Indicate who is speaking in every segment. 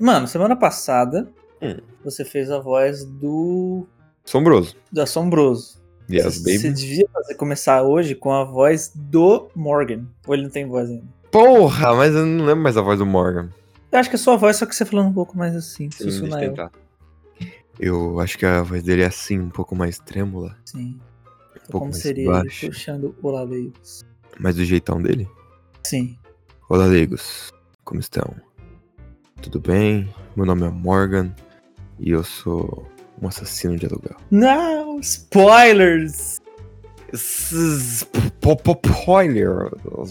Speaker 1: Mano, semana passada
Speaker 2: Hum.
Speaker 1: você fez a voz do,
Speaker 2: Assombroso.
Speaker 1: do Assombroso.
Speaker 2: Yes,
Speaker 1: você, você
Speaker 2: baby.
Speaker 1: devia fazer- começar hoje com a voz do Morgan. Ou ele não tem voz ainda?
Speaker 2: Porra, mas eu não lembro mais a voz do Morgan.
Speaker 1: Eu acho que é sua voz, só que você falando um pouco mais assim.
Speaker 2: Sim, deixa eu
Speaker 1: sussurra ela.
Speaker 2: tentar. Eu acho que a voz dele é assim, um pouco mais trêmula.
Speaker 1: Sim. Então,
Speaker 2: Um pouco
Speaker 1: como
Speaker 2: mais
Speaker 1: seria
Speaker 2: baixo.
Speaker 1: ele puxando o Ladeiros?
Speaker 2: Mas do jeitão dele.
Speaker 1: Sim.
Speaker 2: Olá, amigos. Como estão? Tudo bem? Meu nome é Morgan e eu sou um assassino de aluguel.
Speaker 1: Não! Spoilers!
Speaker 2: Spoilers,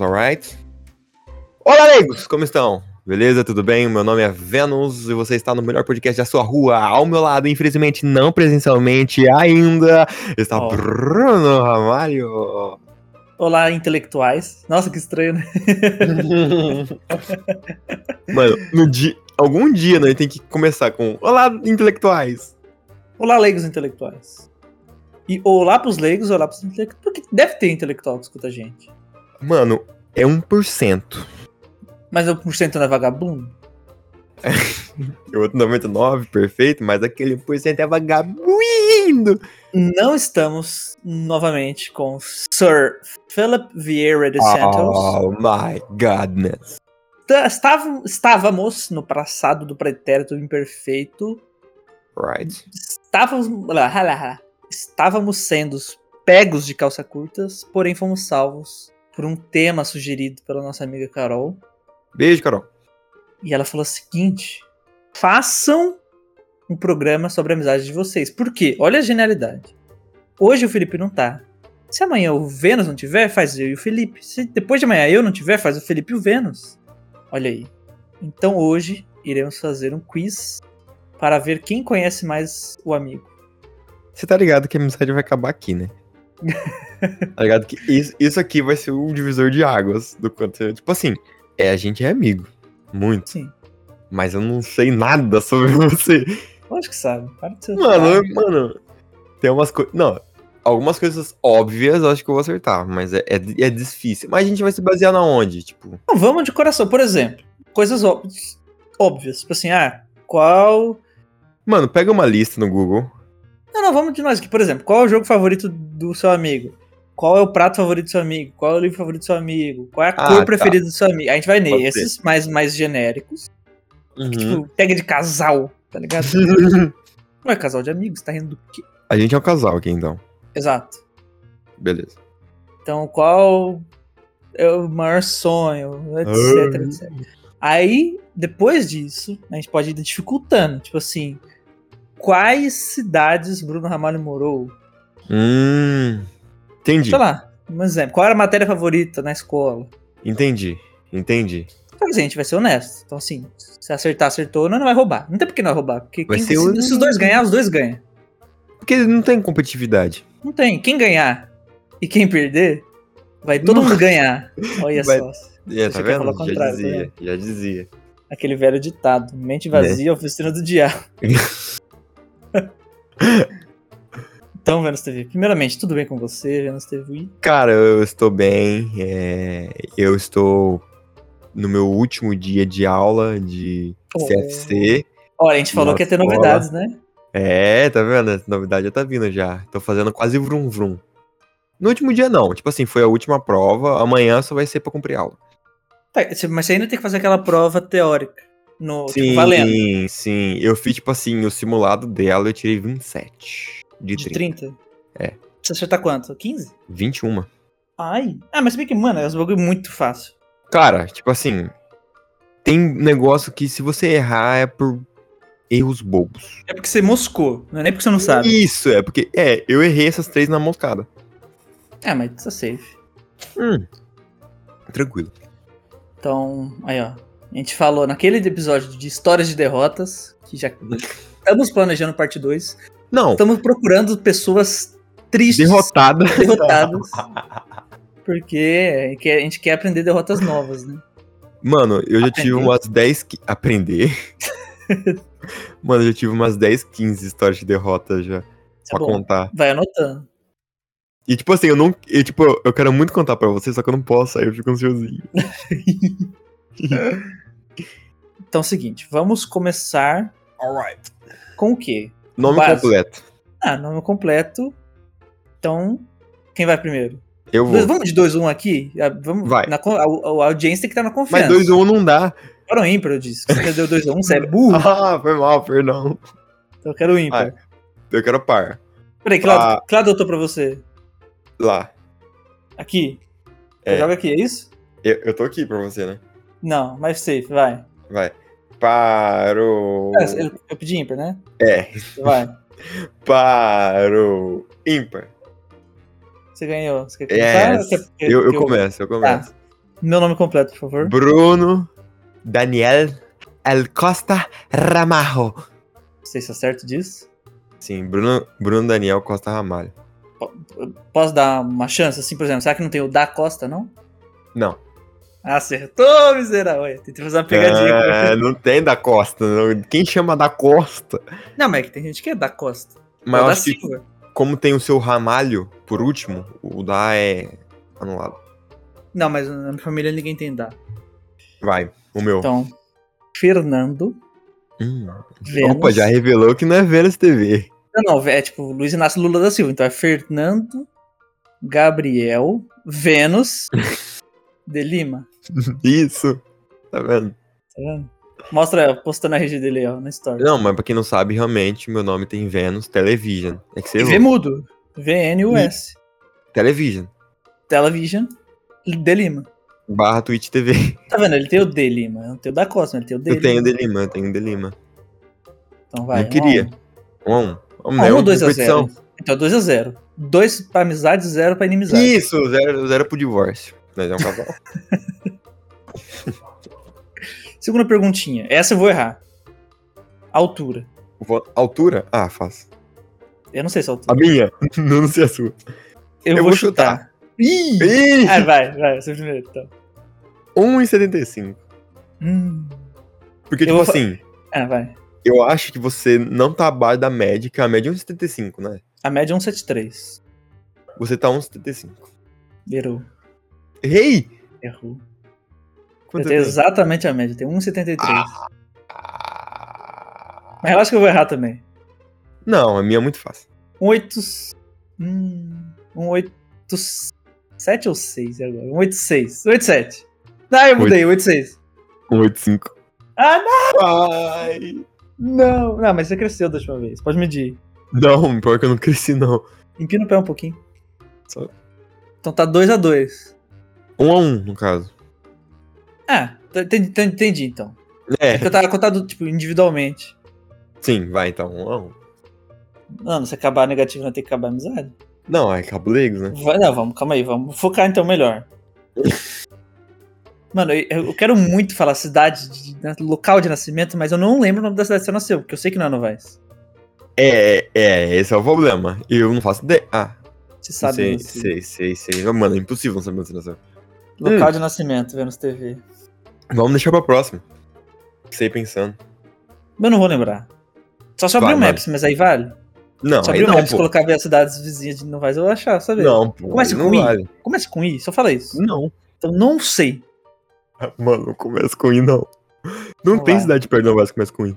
Speaker 2: alright? Olá, amigos! Como estão? Beleza, tudo bem? Meu nome é Venus e você está no melhor podcast da sua rua. Ao meu lado, infelizmente, não presencialmente ainda, está
Speaker 1: Ó.
Speaker 2: Bruno Ramalho.
Speaker 1: Olá, intelectuais. Nossa, que estranho, né?
Speaker 2: Mano, no dia, algum dia nós tem que começar com Olá, intelectuais!
Speaker 1: Olá, leigos intelectuais. E olá pros leigos, olá pros intelectuais. Porque deve ter intelectual que escuta a gente.
Speaker 2: Mano, é 1%.
Speaker 1: Mas o porcento não é vagabundo?
Speaker 2: E o outro 99%, perfeito, mas aquele 1% é vagabundo!
Speaker 1: Não estamos novamente com Sir Philip Vieira de Santos.
Speaker 2: Oh my godness.
Speaker 1: Tá- estavam- Estávamos no passado do pretérito imperfeito.
Speaker 2: Right?
Speaker 1: Estávamos. lá, lá, lá. Estávamos sendo pegos de calça curtas, porém fomos salvos por um tema sugerido pela nossa amiga Carol.
Speaker 2: Beijo, Carol.
Speaker 1: E ela falou o seguinte: façam um programa sobre a amizade de vocês. Por quê? Olha a genialidade. Hoje o Felipe não tá. Se amanhã o Vênus não tiver, faz eu e o Felipe. Se depois de amanhã eu não tiver, faz o Felipe e o Vênus. Olha aí. Então hoje iremos fazer um quiz para ver quem conhece mais o amigo.
Speaker 2: Você tá ligado que a amizade vai acabar aqui, né? tá ligado que isso, isso aqui vai ser o divisor de águas do quanto. Tipo assim, é, a gente é amigo. Muito.
Speaker 1: Sim.
Speaker 2: Mas eu não sei nada sobre você.
Speaker 1: Lógico que sabe. Para de ser
Speaker 2: Mano,
Speaker 1: otário.
Speaker 2: mano. Tem umas coisas. Não. Algumas coisas óbvias eu acho que eu vou acertar, mas é, é, é difícil. Mas a gente vai se basear na onde? Tipo,
Speaker 1: Não, vamos de coração. Por exemplo, coisas óbvias. óbvias. Tipo assim, ah, qual
Speaker 2: mano, pega uma lista no Google.
Speaker 1: Não, não, vamos de nós aqui. Por exemplo, qual é o jogo favorito do seu amigo? Qual é o prato favorito do seu amigo? Qual é o livro favorito do seu amigo? Qual é a
Speaker 2: Ah,
Speaker 1: cor
Speaker 2: tá.
Speaker 1: preferida do seu amigo? A gente vai
Speaker 2: Pode ser. Uhum.
Speaker 1: nesses mais, mais genéricos. Tipo, tag de casal, tá ligado? não é casal de amigos, tá rindo do quê?
Speaker 2: a gente é um casal aqui, então.
Speaker 1: Exato.
Speaker 2: Beleza.
Speaker 1: Então, qual é o maior sonho, etc,
Speaker 2: Ah.
Speaker 1: etc. Aí, depois disso, a gente pode ir dificultando. Tipo assim, quais cidades Bruno Ramalho morou?
Speaker 2: Hum. Entendi.
Speaker 1: Sei lá, um exemplo. Qual era a matéria favorita na escola?
Speaker 2: Entendi. Entendi.
Speaker 1: Mas a gente vai ser honesto. Então, assim, se acertar, acertou, não, não vai roubar. Não tem por que não roubar. Porque
Speaker 2: Vai
Speaker 1: quem,
Speaker 2: ser um-
Speaker 1: se,
Speaker 2: o-
Speaker 1: se os dois ganhar, os dois ganham.
Speaker 2: Porque não tem competitividade.
Speaker 1: Não tem. Quem ganhar e quem perder, vai todo mundo ganhar. Olha
Speaker 2: Vai-
Speaker 1: só.
Speaker 2: É,
Speaker 1: Você
Speaker 2: tá
Speaker 1: quer
Speaker 2: vendo?
Speaker 1: falar o
Speaker 2: Já
Speaker 1: contrário, tá
Speaker 2: dizia, já dizia.
Speaker 1: Aquele velho ditado: mente
Speaker 2: É.
Speaker 1: vazia, oficina do diabo. então, Vênus TV, primeiramente, tudo bem com você, Vênus TV?
Speaker 2: Cara, eu estou bem. é, eu estou no meu último dia de aula de
Speaker 1: Oh.
Speaker 2: CFC.
Speaker 1: Olha, a gente falou que ia ter
Speaker 2: é Nossa,
Speaker 1: novidades, né?
Speaker 2: É, tá vendo? Essa novidade já tá vindo já. Tô fazendo quase vrum vrum. No último dia não, tipo assim, foi a última prova, amanhã só vai ser pra cumprir aula.
Speaker 1: Tá, você- mas você ainda tem que fazer aquela prova teórica. No, tipo,
Speaker 2: sim,
Speaker 1: valendo.
Speaker 2: sim, sim. Eu fiz, tipo assim, o simulado dela eu tirei 27 de,
Speaker 1: De
Speaker 2: 30.
Speaker 1: 30?
Speaker 2: É.
Speaker 1: Você acertar quanto? 15?
Speaker 2: 21.
Speaker 1: Ai. Ah, mas se bem que, mano, é um bagulho muito fácil.
Speaker 2: Cara, tipo assim, tem negócio que se você errar é por erros bobos.
Speaker 1: É porque você moscou, não é nem porque você não sabe.
Speaker 2: Isso, é porque, é, eu errei essas três na moscada.
Speaker 1: É, mas tá safe.
Speaker 2: Hum, tranquilo.
Speaker 1: Então, aí ó. A gente falou naquele episódio de histórias de derrotas, que já estamos planejando parte 2.
Speaker 2: Não,
Speaker 1: Estamos procurando pessoas tristes,
Speaker 2: derrotada.
Speaker 1: derrotadas. Porque é a gente quer aprender derrotas novas, né?
Speaker 2: Mano, eu já tive
Speaker 1: Aprender.
Speaker 2: umas 10. qui- Aprender? Mano, eu já tive umas 10, 15 histórias de derrota já
Speaker 1: Isso é
Speaker 2: pra
Speaker 1: bom.
Speaker 2: contar.
Speaker 1: Vai anotando.
Speaker 2: E tipo assim, eu não. Eu, tipo, eu quero muito contar pra vocês, só que eu não posso, aí eu fico ansiosinho.
Speaker 1: Então é o seguinte, vamos começar
Speaker 2: Alright.
Speaker 1: com o quê?
Speaker 2: Nome
Speaker 1: Base.
Speaker 2: completo.
Speaker 1: Ah, nome completo. Então, quem vai primeiro?
Speaker 2: Eu
Speaker 1: Dois-
Speaker 2: vou.
Speaker 1: vamos de 2-1 um aqui? Ah, Vamos,
Speaker 2: Vai.
Speaker 1: na con- a, a- a audiência tem que estar na
Speaker 2: Mas
Speaker 1: confiança.
Speaker 2: 2 1 não dá.
Speaker 1: Eu quero ímpar, eu disse. que Você deu 2 1 um, você é burro.
Speaker 2: Ah, foi mal, perdão.
Speaker 1: Então eu quero ímpar.
Speaker 2: Eu quero par.
Speaker 1: Peraí, que lado,
Speaker 2: Ah.
Speaker 1: que lado eu tô pra você?
Speaker 2: Lá.
Speaker 1: Aqui?
Speaker 2: É.
Speaker 1: Joga aqui, é isso?
Speaker 2: Eu, eu tô aqui pra você, né?
Speaker 1: Não, mais safe, vai.
Speaker 2: Vai. Paro.
Speaker 1: Ah, Eu, eu pedi ímpar, né?
Speaker 2: É.
Speaker 1: Vai.
Speaker 2: Paro. Ímpar.
Speaker 1: Você ganhou. Você quer começar?
Speaker 2: Yes.
Speaker 1: Quer- quer-
Speaker 2: É, Eu, eu
Speaker 1: quer-
Speaker 2: começo, eu
Speaker 1: Tá.
Speaker 2: começo.
Speaker 1: Meu nome completo, por favor.
Speaker 2: Bruno Daniel El Costa Ramarro.
Speaker 1: Você está certo disso?
Speaker 2: Sim, Bruno, Bruno Daniel Costa Ramalho.
Speaker 1: Posso dar uma chance, assim, por exemplo? Será que não tem o da Costa, não?
Speaker 2: Não.
Speaker 1: Acertou, miserável. Olha, Tentei fazer uma pegadinha.
Speaker 2: Ah, não tem da Costa. não. Quem chama da Costa?
Speaker 1: Não, mas é que tem gente que é da Costa. é
Speaker 2: Mas eu
Speaker 1: o da
Speaker 2: acho que
Speaker 1: Silva.
Speaker 2: como tem o seu Ramalho por último, o da é anulado.
Speaker 1: Não, mas na minha família ninguém tem da.
Speaker 2: Vai, o meu.
Speaker 1: Então, Fernando
Speaker 2: Hum.
Speaker 1: Vênus.
Speaker 2: Opa, já revelou que não é Vênus TV.
Speaker 1: Não, não, é tipo Luiz Inácio Lula da Silva. Então é Fernando, Gabriel, Vênus, de Lima.
Speaker 2: Isso. Tá vendo?
Speaker 1: Tá vendo? Mostra postando a rede dele aí, ó, na história.
Speaker 2: Não, mas pra quem não sabe, realmente, meu nome tem Vênus Television. É que você
Speaker 1: E
Speaker 2: errou.
Speaker 1: vê mudo. VNUS.
Speaker 2: Television.
Speaker 1: Television, de Lima.
Speaker 2: Barra Twitch TV.
Speaker 1: Tá vendo? Ele tem o de Lima. Não tem o da Costa, mas ele tem o de
Speaker 2: Eu tenho
Speaker 1: Lima.
Speaker 2: de Lima, eu tenho de Lima.
Speaker 1: Então vai.
Speaker 2: Não queria. Um a um.
Speaker 1: Um,
Speaker 2: Vamos,
Speaker 1: a
Speaker 2: né?
Speaker 1: um. um
Speaker 2: Uma
Speaker 1: ou 2 a
Speaker 2: competição.
Speaker 1: 0 Então 2 a 0 2 pra amizade, 0 pra inimizade.
Speaker 2: Isso, zero, zero pro divórcio. Nós é um casal.
Speaker 1: Segunda perguntinha. Essa eu vou errar. Altura.
Speaker 2: Vou- Altura? Ah, faço.
Speaker 1: Eu não sei se é altura.
Speaker 2: A minha? não, não sei a sua.
Speaker 1: Eu, vou chutar.
Speaker 2: Ih!
Speaker 1: Ah, vai, vai. Você primeiro, então.
Speaker 2: 1,75.
Speaker 1: Hum.
Speaker 2: Porque,
Speaker 1: Eu
Speaker 2: tipo
Speaker 1: vou fa-
Speaker 2: assim,
Speaker 1: Ah, vai.
Speaker 2: eu acho que você não tá abaixo da média, que a média é 1,75, né?
Speaker 1: A média é 173.
Speaker 2: Você tá 1,75.
Speaker 1: Errou.
Speaker 2: Errei!
Speaker 1: Errou. Eu
Speaker 2: Quanto
Speaker 1: tenho
Speaker 2: eu tenho?
Speaker 1: exatamente a média. Tem 173.
Speaker 2: Ah.
Speaker 1: Mas eu acho que eu vou errar também.
Speaker 2: Não, a minha é muito fácil.
Speaker 1: 18. Hum, 187 ou 6 agora? 186. 187. Ah, eu mudei, 86.
Speaker 2: 1,85.
Speaker 1: Ah, não!
Speaker 2: Ai!
Speaker 1: Não, não, mas você cresceu da última vez. Pode medir.
Speaker 2: Não, pior é que eu não cresci, não.
Speaker 1: Empina o pé um pouquinho.
Speaker 2: Só-
Speaker 1: Então tá 2x2.
Speaker 2: Um a um, no caso.
Speaker 1: Ah, tá- entendi, entendi, entendi, então. É
Speaker 2: É,
Speaker 1: que eu tava contado, tipo, individualmente.
Speaker 2: sim, vai então, um a um.
Speaker 1: Mano, se acabar negativo, vai ter que acabar a amizade.
Speaker 2: Não, é Cablegos, né?
Speaker 1: Vai, não, vamos, calma aí, vamos focar então melhor. Mano, eu, eu quero muito falar cidade, de- de- local de nascimento, mas eu não lembro o nome da cidade que você nasceu, porque eu sei que não é Novaes.
Speaker 2: É, é, é, esse é o problema. Eu não faço ideia. Ah,
Speaker 1: Você
Speaker 2: não
Speaker 1: sabe
Speaker 2: sei,
Speaker 1: onde você-
Speaker 2: sei, sei, sei. Mano, é impossível não saber onde você nasceu. Hum.
Speaker 1: Local de nascimento, Vênus TV.
Speaker 2: Vamos deixar pra próxima. Sei pensando.
Speaker 1: Eu não vou lembrar. Só se abrir
Speaker 2: Vai,
Speaker 1: o Maps, mas aí vale.
Speaker 2: Não,
Speaker 1: Se
Speaker 2: aí
Speaker 1: abrir o
Speaker 2: não,
Speaker 1: Maps e
Speaker 2: pô.
Speaker 1: colocar ver as cidades vizinhas de Novaes, eu vou achar, sabe?
Speaker 2: Não, pô.
Speaker 1: Começa
Speaker 2: não
Speaker 1: com I.
Speaker 2: vale.
Speaker 1: Começa com I, só fala isso.
Speaker 2: Não.
Speaker 1: Então não sei.
Speaker 2: Mano, não começa com I, não. Não,
Speaker 1: Não
Speaker 2: tem
Speaker 1: vai.
Speaker 2: cidade perto da Vasco que começa com I.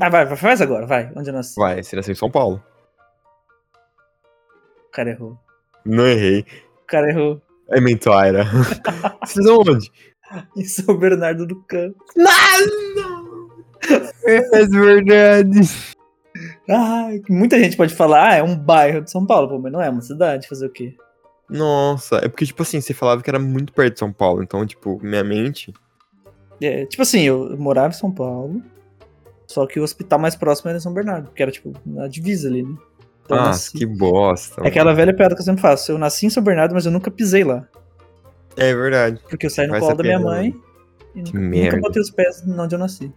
Speaker 1: Ah, vai, vai, faz agora, vai. Onde eu nasci?
Speaker 2: Vai, você nasceu em São Paulo.
Speaker 1: O cara errou.
Speaker 2: Não errei.
Speaker 1: O cara errou.
Speaker 2: É Mentoira. Vocês são onde?
Speaker 1: Em São Bernardo do Campo.
Speaker 2: É verdade.
Speaker 1: Ai, que muita gente pode falar, ah, é um bairro de São Paulo, pô, mas não é uma cidade, fazer o quê?
Speaker 2: Nossa, é porque, tipo assim, você falava que era muito perto de São Paulo. Então, tipo, minha mente.
Speaker 1: É, tipo assim, eu morava em São Paulo, só que o hospital mais próximo era em São Bernardo, que era, tipo, na divisa ali, né? Então, eu
Speaker 2: ah,
Speaker 1: nasci-
Speaker 2: que bosta.
Speaker 1: É aquela velha piada que eu sempre faço. Eu nasci em São Bernardo, mas eu nunca pisei lá.
Speaker 2: É verdade.
Speaker 1: Porque eu saí no
Speaker 2: Faz
Speaker 1: colo
Speaker 2: essa
Speaker 1: da minha
Speaker 2: piada,
Speaker 1: mãe
Speaker 2: né?
Speaker 1: e
Speaker 2: Que
Speaker 1: nunca, nunca
Speaker 2: merda.
Speaker 1: botei os pés onde eu nasci.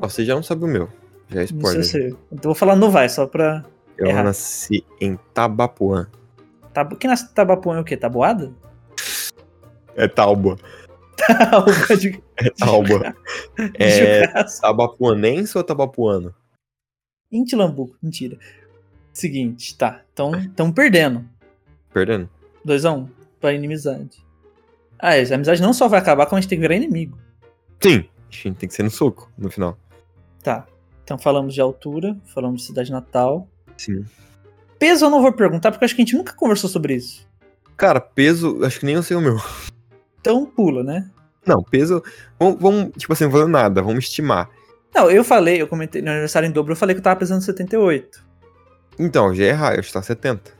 Speaker 2: Ó, você já não sabe o meu. Já é
Speaker 1: Não sei
Speaker 2: spoiler.
Speaker 1: se eu- Então eu vou falar no vai, só pra.
Speaker 2: eu
Speaker 1: errar.
Speaker 2: nasci em Tabapuã.
Speaker 1: Tabu... Quem nasce em tá- Tabapuã é o quê? Tabuada?
Speaker 2: É Tauba.
Speaker 1: Alba de,
Speaker 2: É Tauba.
Speaker 1: de
Speaker 2: é
Speaker 1: Jucás.
Speaker 2: Tabapuanense ou Tabapuano?
Speaker 1: Em Tilambuco, mentira. Seguinte, tá. Então, estamos perdendo.
Speaker 2: Perdendo.
Speaker 1: 2x1 um, pra inimizade. Ah, essa amizade não só vai acabar, como a gente tem que virar inimigo.
Speaker 2: Sim, Gente, tem que ser no soco, no final.
Speaker 1: Tá. Então falamos de altura, falamos de cidade natal.
Speaker 2: Sim.
Speaker 1: Peso eu não vou perguntar, porque eu acho que a gente nunca conversou sobre isso.
Speaker 2: Cara, peso, acho que nem eu sei o meu.
Speaker 1: Então pula, né?
Speaker 2: Não, peso. Vamos, vamos tipo assim, não vou fazer nada, vamos estimar.
Speaker 1: Não, eu falei, eu comentei no aniversário em dobro, eu falei que eu tava pesando 78.
Speaker 2: Então, já é errar, eu estou a 70.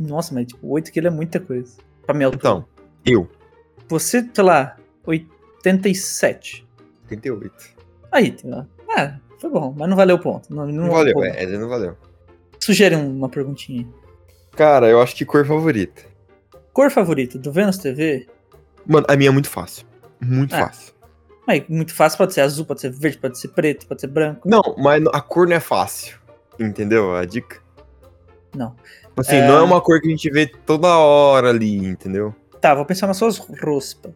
Speaker 1: Nossa, mas tipo, 8 quilos é muita coisa. Pra minha altura.
Speaker 2: Então, eu,
Speaker 1: Você, sei lá, 87.
Speaker 2: 38.
Speaker 1: Aí, tem lá. Ah, foi bom, mas não valeu o ponto. Não, não-
Speaker 2: Não valeu,
Speaker 1: pô,
Speaker 2: é, ele não valeu.
Speaker 1: Sugere um, uma perguntinha. aí.
Speaker 2: Cara, eu acho que cor favorita.
Speaker 1: Cor favorita do Vênus TV?
Speaker 2: Mano, a minha é muito fácil. Muito
Speaker 1: Ah.
Speaker 2: fácil.
Speaker 1: Mas muito fácil, pode ser azul, pode ser verde, pode ser preto, pode ser branco.
Speaker 2: Não, mas a cor não é fácil. Entendeu a dica?
Speaker 1: Não.
Speaker 2: Assim,
Speaker 1: É.
Speaker 2: não é uma cor que a gente vê toda hora ali, entendeu?
Speaker 1: Tá, vou pensar nas suas rospas.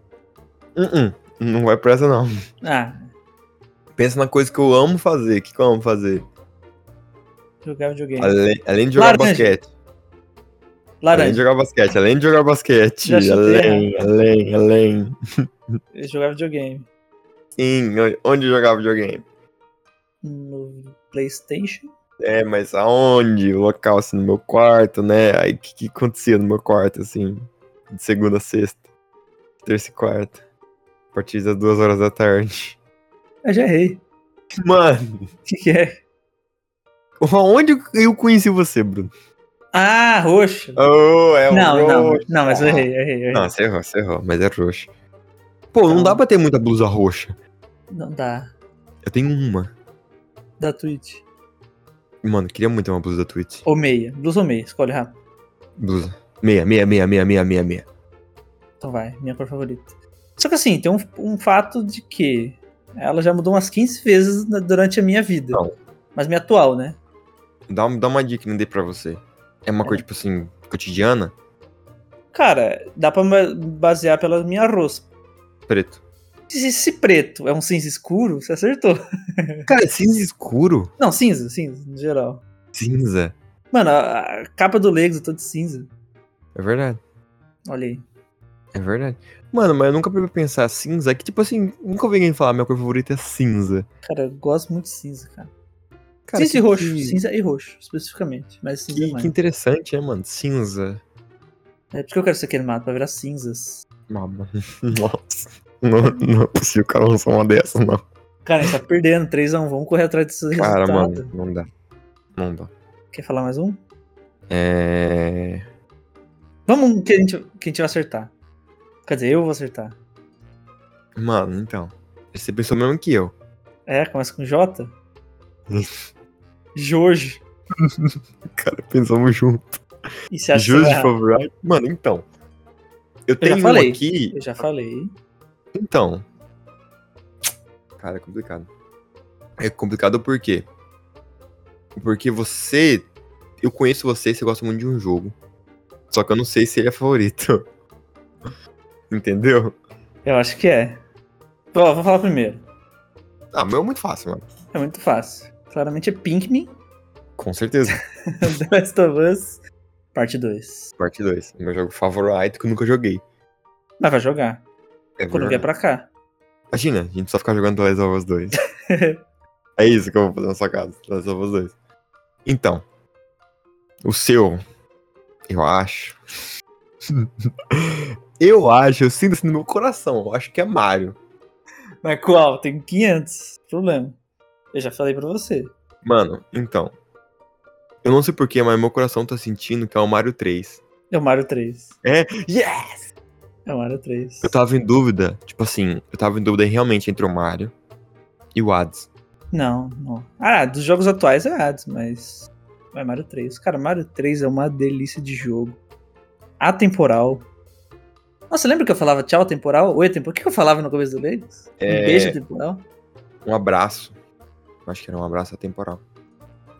Speaker 2: Uh-uh, Não vai pra essa, não.
Speaker 1: Ah,
Speaker 2: Pensa na coisa que eu amo fazer. O que, que eu amo fazer?
Speaker 1: jogar videogame.
Speaker 2: Ale- Além de jogar
Speaker 1: Laranja.
Speaker 2: basquete. Além de
Speaker 1: Laranja,
Speaker 2: jogar basquete. Além de jogar basquete.
Speaker 1: Já chutei,
Speaker 2: Além, além, além.
Speaker 1: jogar videogame.
Speaker 2: Sim, onde- onde jogar videogame?
Speaker 1: No PlayStation?
Speaker 2: É, mas aonde? O local, assim, no meu quarto, né? Aí o que, que acontecia no meu quarto, assim? De segunda a sexta. Terça e quarta. A partir das duas horas da tarde.
Speaker 1: Eu já errei.
Speaker 2: Mano,
Speaker 1: O que, que é?
Speaker 2: aonde eu conheci você, Bruno?
Speaker 1: Ah, roxo.
Speaker 2: Oh, é um
Speaker 1: não, não,
Speaker 2: roxo. Ah.
Speaker 1: não, mas eu errei, eu errei, eu errei.
Speaker 2: Não, você errou, você errou, mas é roxo. Pô, não
Speaker 1: Então-
Speaker 2: dá pra ter muita blusa roxa.
Speaker 1: Não dá.
Speaker 2: Eu tenho uma.
Speaker 1: Da Twitch.
Speaker 2: Mano, queria muito ter uma blusa da Twitch.
Speaker 1: Ou meia. Blusa ou meia, escolhe rápido.
Speaker 2: Blusa. Meia, meia, meia, meia, meia, meia, meia.
Speaker 1: Então vai, minha cor favorita. Só que assim, tem um, um fato de que ela já mudou umas 15 vezes na- durante a minha vida.
Speaker 2: Não.
Speaker 1: Mas minha atual, né?
Speaker 2: Dá, um- dá uma dica que eu não dei pra você. É uma
Speaker 1: É.
Speaker 2: cor, tipo assim, cotidiana?
Speaker 1: Cara, dá pra ma- basear pela minha rospa.
Speaker 2: Preto.
Speaker 1: Se, se preto é um cinza escuro, você acertou. É.
Speaker 2: Cara, é cinza escuro?
Speaker 1: Não, cinza, cinza, no geral.
Speaker 2: Cinza.
Speaker 1: Mano, a, a capa do Legos é toda de cinza.
Speaker 2: É verdade.
Speaker 1: Olha aí.
Speaker 2: É verdade. Mano, mas eu nunca parei pra pensar cinza. É que, tipo assim, nunca ouvi ninguém falar minha cor favorita é cinza.
Speaker 1: Cara, eu gosto muito de cinza, cara.
Speaker 2: Cara,
Speaker 1: cinza
Speaker 2: que-
Speaker 1: e roxo.
Speaker 2: que-
Speaker 1: Cinza e roxo, especificamente. Mas cinza é
Speaker 2: Que,
Speaker 1: mais.
Speaker 2: que interessante, né, mano? Cinza.
Speaker 1: É porque eu quero ser queimado pra virar cinzas.
Speaker 2: Mama. Nossa. Não, não é possível que eu lançou uma dessas, não.
Speaker 1: Cara, a gente tá perdendo. 3x1, vamos correr atrás desse
Speaker 2: Cara,
Speaker 1: resultado.
Speaker 2: mano, não dá. Não dá.
Speaker 1: Quer falar mais um?
Speaker 2: É.
Speaker 1: Vamos um que a gente, que a gente vai acertar. Quer dizer, eu vou acertar.
Speaker 2: Mano, então. Você pensou mesmo que eu.
Speaker 1: É, começa com J? Jorge.
Speaker 2: Cara, pensamos junto.
Speaker 1: E você acha
Speaker 2: Justo
Speaker 1: que você vai
Speaker 2: de
Speaker 1: errar?
Speaker 2: favorito. Mano, então. Eu
Speaker 1: Tá já
Speaker 2: tenho um
Speaker 1: falei.
Speaker 2: aqui.
Speaker 1: Eu já falei.
Speaker 2: Então. Cara, é complicado. É complicado por quê? Porque você. Eu conheço você, você gosta muito de um jogo. Só que eu não sei se ele é favorito. Entendeu?
Speaker 1: Eu acho que é. Ó, vou falar primeiro.
Speaker 2: Ah, meu é muito fácil, mano.
Speaker 1: É muito fácil. Claramente é Pinkman,
Speaker 2: Com certeza.
Speaker 1: The Last of Us, parte 2.
Speaker 2: Parte 2. Meu jogo favorito que eu nunca joguei.
Speaker 1: Mas vai jogar,
Speaker 2: É
Speaker 1: quando vier
Speaker 2: verdade.
Speaker 1: pra cá.
Speaker 2: Imagina, a gente precisa ficar jogando The Last of Us 2. é isso que eu vou fazer na sua casa, The Last of Us 2. Então, o seu, eu acho. eu acho, eu sinto isso no meu coração, eu acho que é Mario.
Speaker 1: Mas qual? Tem 500. Problema. Eu já falei pra você.
Speaker 2: Mano, então. Eu não sei porquê, mas meu coração tá sentindo que é o Mario 3.
Speaker 1: É o Mario 3.
Speaker 2: É? Yeah!
Speaker 1: É o Mario 3.
Speaker 2: Eu tava em dúvida, tipo assim, eu tava em dúvida realmente entre o Mario e o Hades.
Speaker 1: Não, não. Ah, dos jogos atuais é Hades, mas. Mas Mario 3. Cara, Mario 3 é uma delícia de jogo. Atemporal. Nossa, lembra que eu falava tchau temporal? Oi temporal. O que que eu falava no começo do Legos?
Speaker 2: É.
Speaker 1: Um beijo temporal?
Speaker 2: Um abraço. Acho que era um abraço atemporal.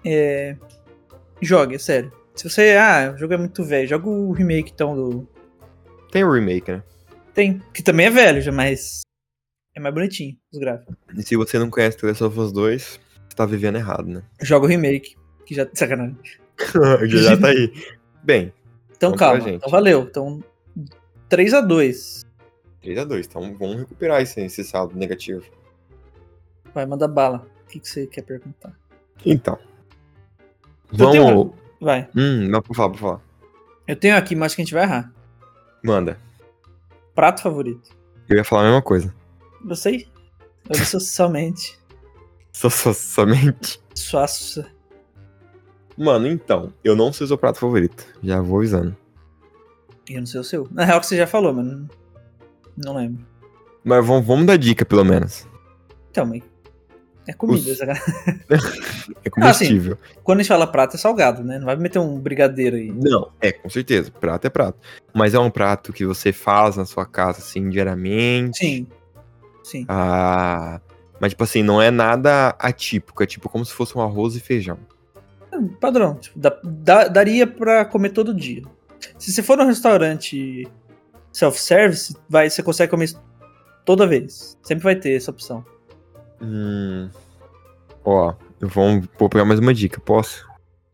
Speaker 1: É, Jogue, é sério. Se você. Ah, o jogo é muito velho. Joga o remake então do.
Speaker 2: Tem o remake, né?
Speaker 1: Tem. Que também é velho, já, mas. É mais bonitinho os gráficos.
Speaker 2: E se você não conhece The Last of Us 2, você tá vivendo errado, né?
Speaker 1: Joga o remake. Que já. Sacanagem.
Speaker 2: Já tá aí. Bem,
Speaker 1: Então
Speaker 2: Vamos pra
Speaker 1: calma.
Speaker 2: gente.
Speaker 1: Então valeu. Então. 3 a 2
Speaker 2: 3x2, então vamos recuperar esse, esse saldo negativo.
Speaker 1: Vai, manda bala. O que, que você quer perguntar?
Speaker 2: Então.
Speaker 1: Eu tenho
Speaker 2: Vamos.
Speaker 1: Vai.
Speaker 2: Então Hum, não, por falar, por falar.
Speaker 1: Eu tenho aqui, mas acho que a gente vai errar.
Speaker 2: Manda.
Speaker 1: Prato favorito.
Speaker 2: Eu ia falar a mesma coisa.
Speaker 1: Eu sei. Eu disse somente.
Speaker 2: Só, só- somente.
Speaker 1: Sua. sua-
Speaker 2: Mano, então, eu não sei o seu prato favorito. Já vou avisando.
Speaker 1: Eu não sei o seu. Na real, que você já falou, mas não- Não lembro.
Speaker 2: Mas vamos, vamos dar dica, pelo menos.
Speaker 1: Então, mas. É comida,
Speaker 2: Os-
Speaker 1: essa cara.
Speaker 2: É comestível.
Speaker 1: Quando a gente fala prato, é salgado, né? Não vai meter um brigadeiro aí.
Speaker 2: Não, é, com certeza. Prato é prato. Mas é um prato que você faz na sua casa, assim, diariamente.
Speaker 1: Sim. Sim.
Speaker 2: Ah, mas, tipo assim, não é nada atípico. É tipo como se fosse um arroz e feijão.
Speaker 1: Padrão. Tipo, dá- dá- daria pra comer todo dia. Se você for num restaurante self-service, vai, você consegue comer isso toda vez. Sempre vai ter essa opção.
Speaker 2: Hum. Ó, vamos, vou pegar mais uma dica. Posso?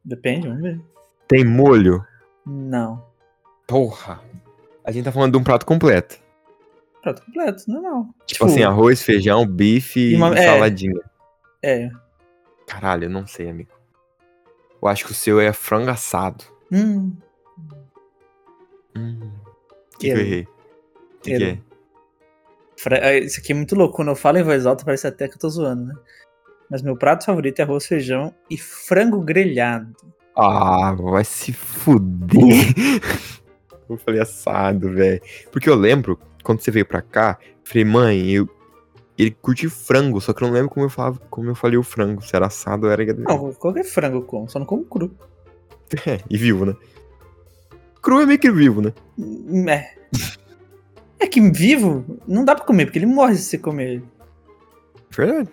Speaker 1: Depende, vamos ver.
Speaker 2: Tem molho?
Speaker 1: Não.
Speaker 2: Porra! A gente tá falando de um prato completo.
Speaker 1: Prato completo, normal.
Speaker 2: Tipo assim, arroz, feijão, bife
Speaker 1: E
Speaker 2: e,
Speaker 1: uma- é.
Speaker 2: saladinha.
Speaker 1: É.
Speaker 2: Caralho, eu não sei, amigo. Eu acho que o seu é frango assado.
Speaker 1: Hum,
Speaker 2: Hum. O que, que eu
Speaker 1: Ele.
Speaker 2: errei? O que, que
Speaker 1: Ele.
Speaker 2: é?
Speaker 1: fra- ah, isso aqui é muito louco. Quando eu falo em voz alta, parece até que eu tô zoando, né? Mas meu prato favorito é arroz, feijão e frango grelhado.
Speaker 2: Ah, vai se fuder. eu falei assado, velho. Porque eu lembro, quando você veio pra cá, eu falei, mãe, eu... ele curte frango, só que eu não lembro como eu, falava, como eu falei o frango, se era assado ou era...
Speaker 1: Não, qualquer frango eu como, só não como cru.
Speaker 2: É, e vivo, né? Cru é meio que vivo, né?
Speaker 1: Hum, É. É que vivo não dá pra comer, porque ele morre se você comer ele.
Speaker 2: Verdade.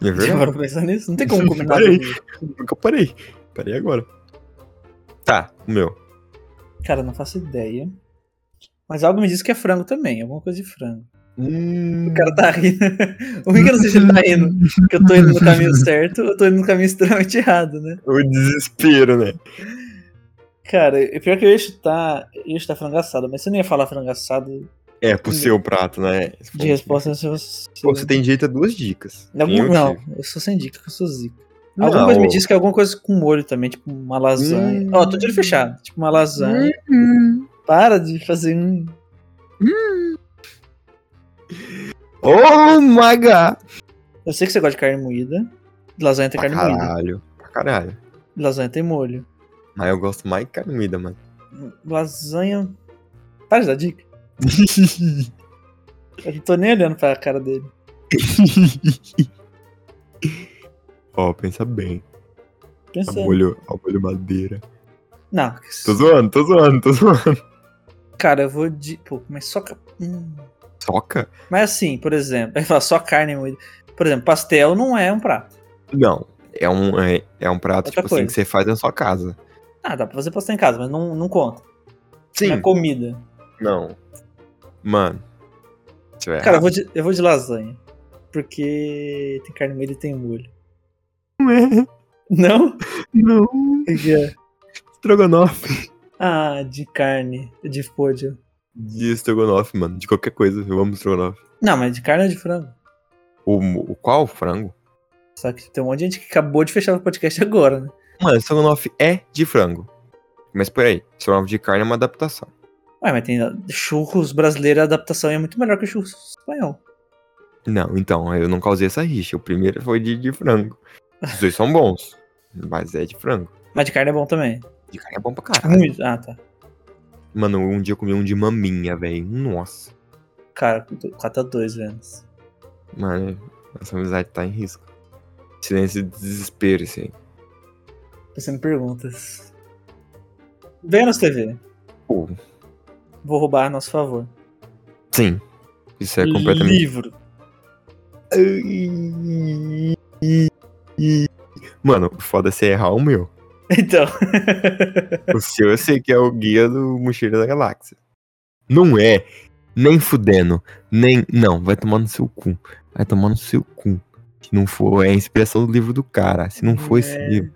Speaker 2: É
Speaker 1: Já
Speaker 2: verdade.
Speaker 1: parou pra pensar nisso? Não tem como comer nada
Speaker 2: Parei.
Speaker 1: vivo.
Speaker 2: Nunca parei. Parei agora. Tá, o meu.
Speaker 1: Cara, não faço ideia. Mas algo me diz que é frango também, alguma coisa de frango.
Speaker 2: Hum...
Speaker 1: O cara tá rindo. O que que eu não sei se ele tá rindo? Que eu tô indo no caminho certo ou eu tô indo no caminho extremamente errado, né?
Speaker 2: O tá desespero, né?
Speaker 1: Cara, é pior que eu ia chutar, eu ia chutar frango assado, mas você não ia falar frango assado
Speaker 2: É, pro seu prato, né?
Speaker 1: de resposta se você.
Speaker 2: Pô, você tem direito a duas dicas. um
Speaker 1: Não,
Speaker 2: tipo. Eu
Speaker 1: não,
Speaker 2: tive.
Speaker 1: eu sou sem dica, que eu sou zica.
Speaker 2: Não.
Speaker 1: Alguma coisa me disse que é alguma coisa com molho também, tipo uma lasanha.
Speaker 2: Hum.
Speaker 1: Ó, tô de olho fechado, tipo uma lasanha. Para de fazer um.
Speaker 2: Oh my god!
Speaker 1: Eu sei que você gosta de carne moída. Lasanha tem
Speaker 2: Pra
Speaker 1: carne moída.
Speaker 2: caralho. Pra caralho.
Speaker 1: Lasanha tem molho.
Speaker 2: Mas eu gosto mais de carne moída, mano.
Speaker 1: Lasanha. Para de dar dica. Eu não tô nem olhando pra cara dele.
Speaker 2: Ó, pensa bem. A
Speaker 1: Pensando.
Speaker 2: Tá molho, a molho madeira.
Speaker 1: Não,
Speaker 2: Tô zoando, tô zoando, tô zoando.
Speaker 1: cara, eu vou de. Pô, mas só. ca- Hum.
Speaker 2: Soca?
Speaker 1: Mas assim, por exemplo, aí fala só carne moída. Por exemplo, pastel não é um prato.
Speaker 2: Não. É um, é, é um prato,
Speaker 1: Outra
Speaker 2: tipo
Speaker 1: coisa.
Speaker 2: assim, que você faz na sua casa.
Speaker 1: Ah, dá pra fazer pastel em casa, mas não, não conta. Não é
Speaker 2: Sim.
Speaker 1: comida.
Speaker 2: Não. Mano. Você vai
Speaker 1: Cara, eu
Speaker 2: errar.
Speaker 1: vou, de, eu vou de lasanha. Porque tem carne moída e tem molho. Não?
Speaker 2: é, Não.
Speaker 1: O que é?
Speaker 2: Estrogonofe.
Speaker 1: Ah, de carne. De pôdio.
Speaker 2: De estrogonofe, mano. De qualquer coisa. Eu amo estrogonofe.
Speaker 1: Não, mas de carne ou de frango?
Speaker 2: O, o qual? Frango?
Speaker 1: Só que tem um monte de gente que acabou de fechar o podcast agora, né?
Speaker 2: Mano, estrogonofe é de frango. Mas peraí, estrogonofe de carne é uma adaptação.
Speaker 1: Ué, mas tem churros brasileiro, a adaptação é muito melhor que o churros espanhol.
Speaker 2: Não, então, eu não causei essa rixa. O primeiro foi de, de frango. Os dois são bons, mas é de frango.
Speaker 1: Mas de carne é bom também.
Speaker 2: De carne é bom pra caralho.
Speaker 1: Muito. Ah, tá.
Speaker 2: Mano, um dia eu comi um de maminha, velho. Nossa.
Speaker 1: Cara, 4x2, Vênus.
Speaker 2: Mano, nossa amizade tá em risco. Silêncio de desespero, assim.
Speaker 1: Pensando em perguntas. Vênus TV,
Speaker 2: Pô,
Speaker 1: vou roubar a nosso favor.
Speaker 2: sim. Isso é completamente.
Speaker 1: Livro.
Speaker 2: Mano, o foda é você errar o meu.
Speaker 1: Então.
Speaker 2: O seu eu sei que é o guia do Mochileiro da Galáxia. Não é. Nem fudendo. Nem. Não, vai tomar no seu cu. Vai tomar no seu cu. Se não for, é a inspiração do livro do cara. Se não for esse
Speaker 1: É.
Speaker 2: livro.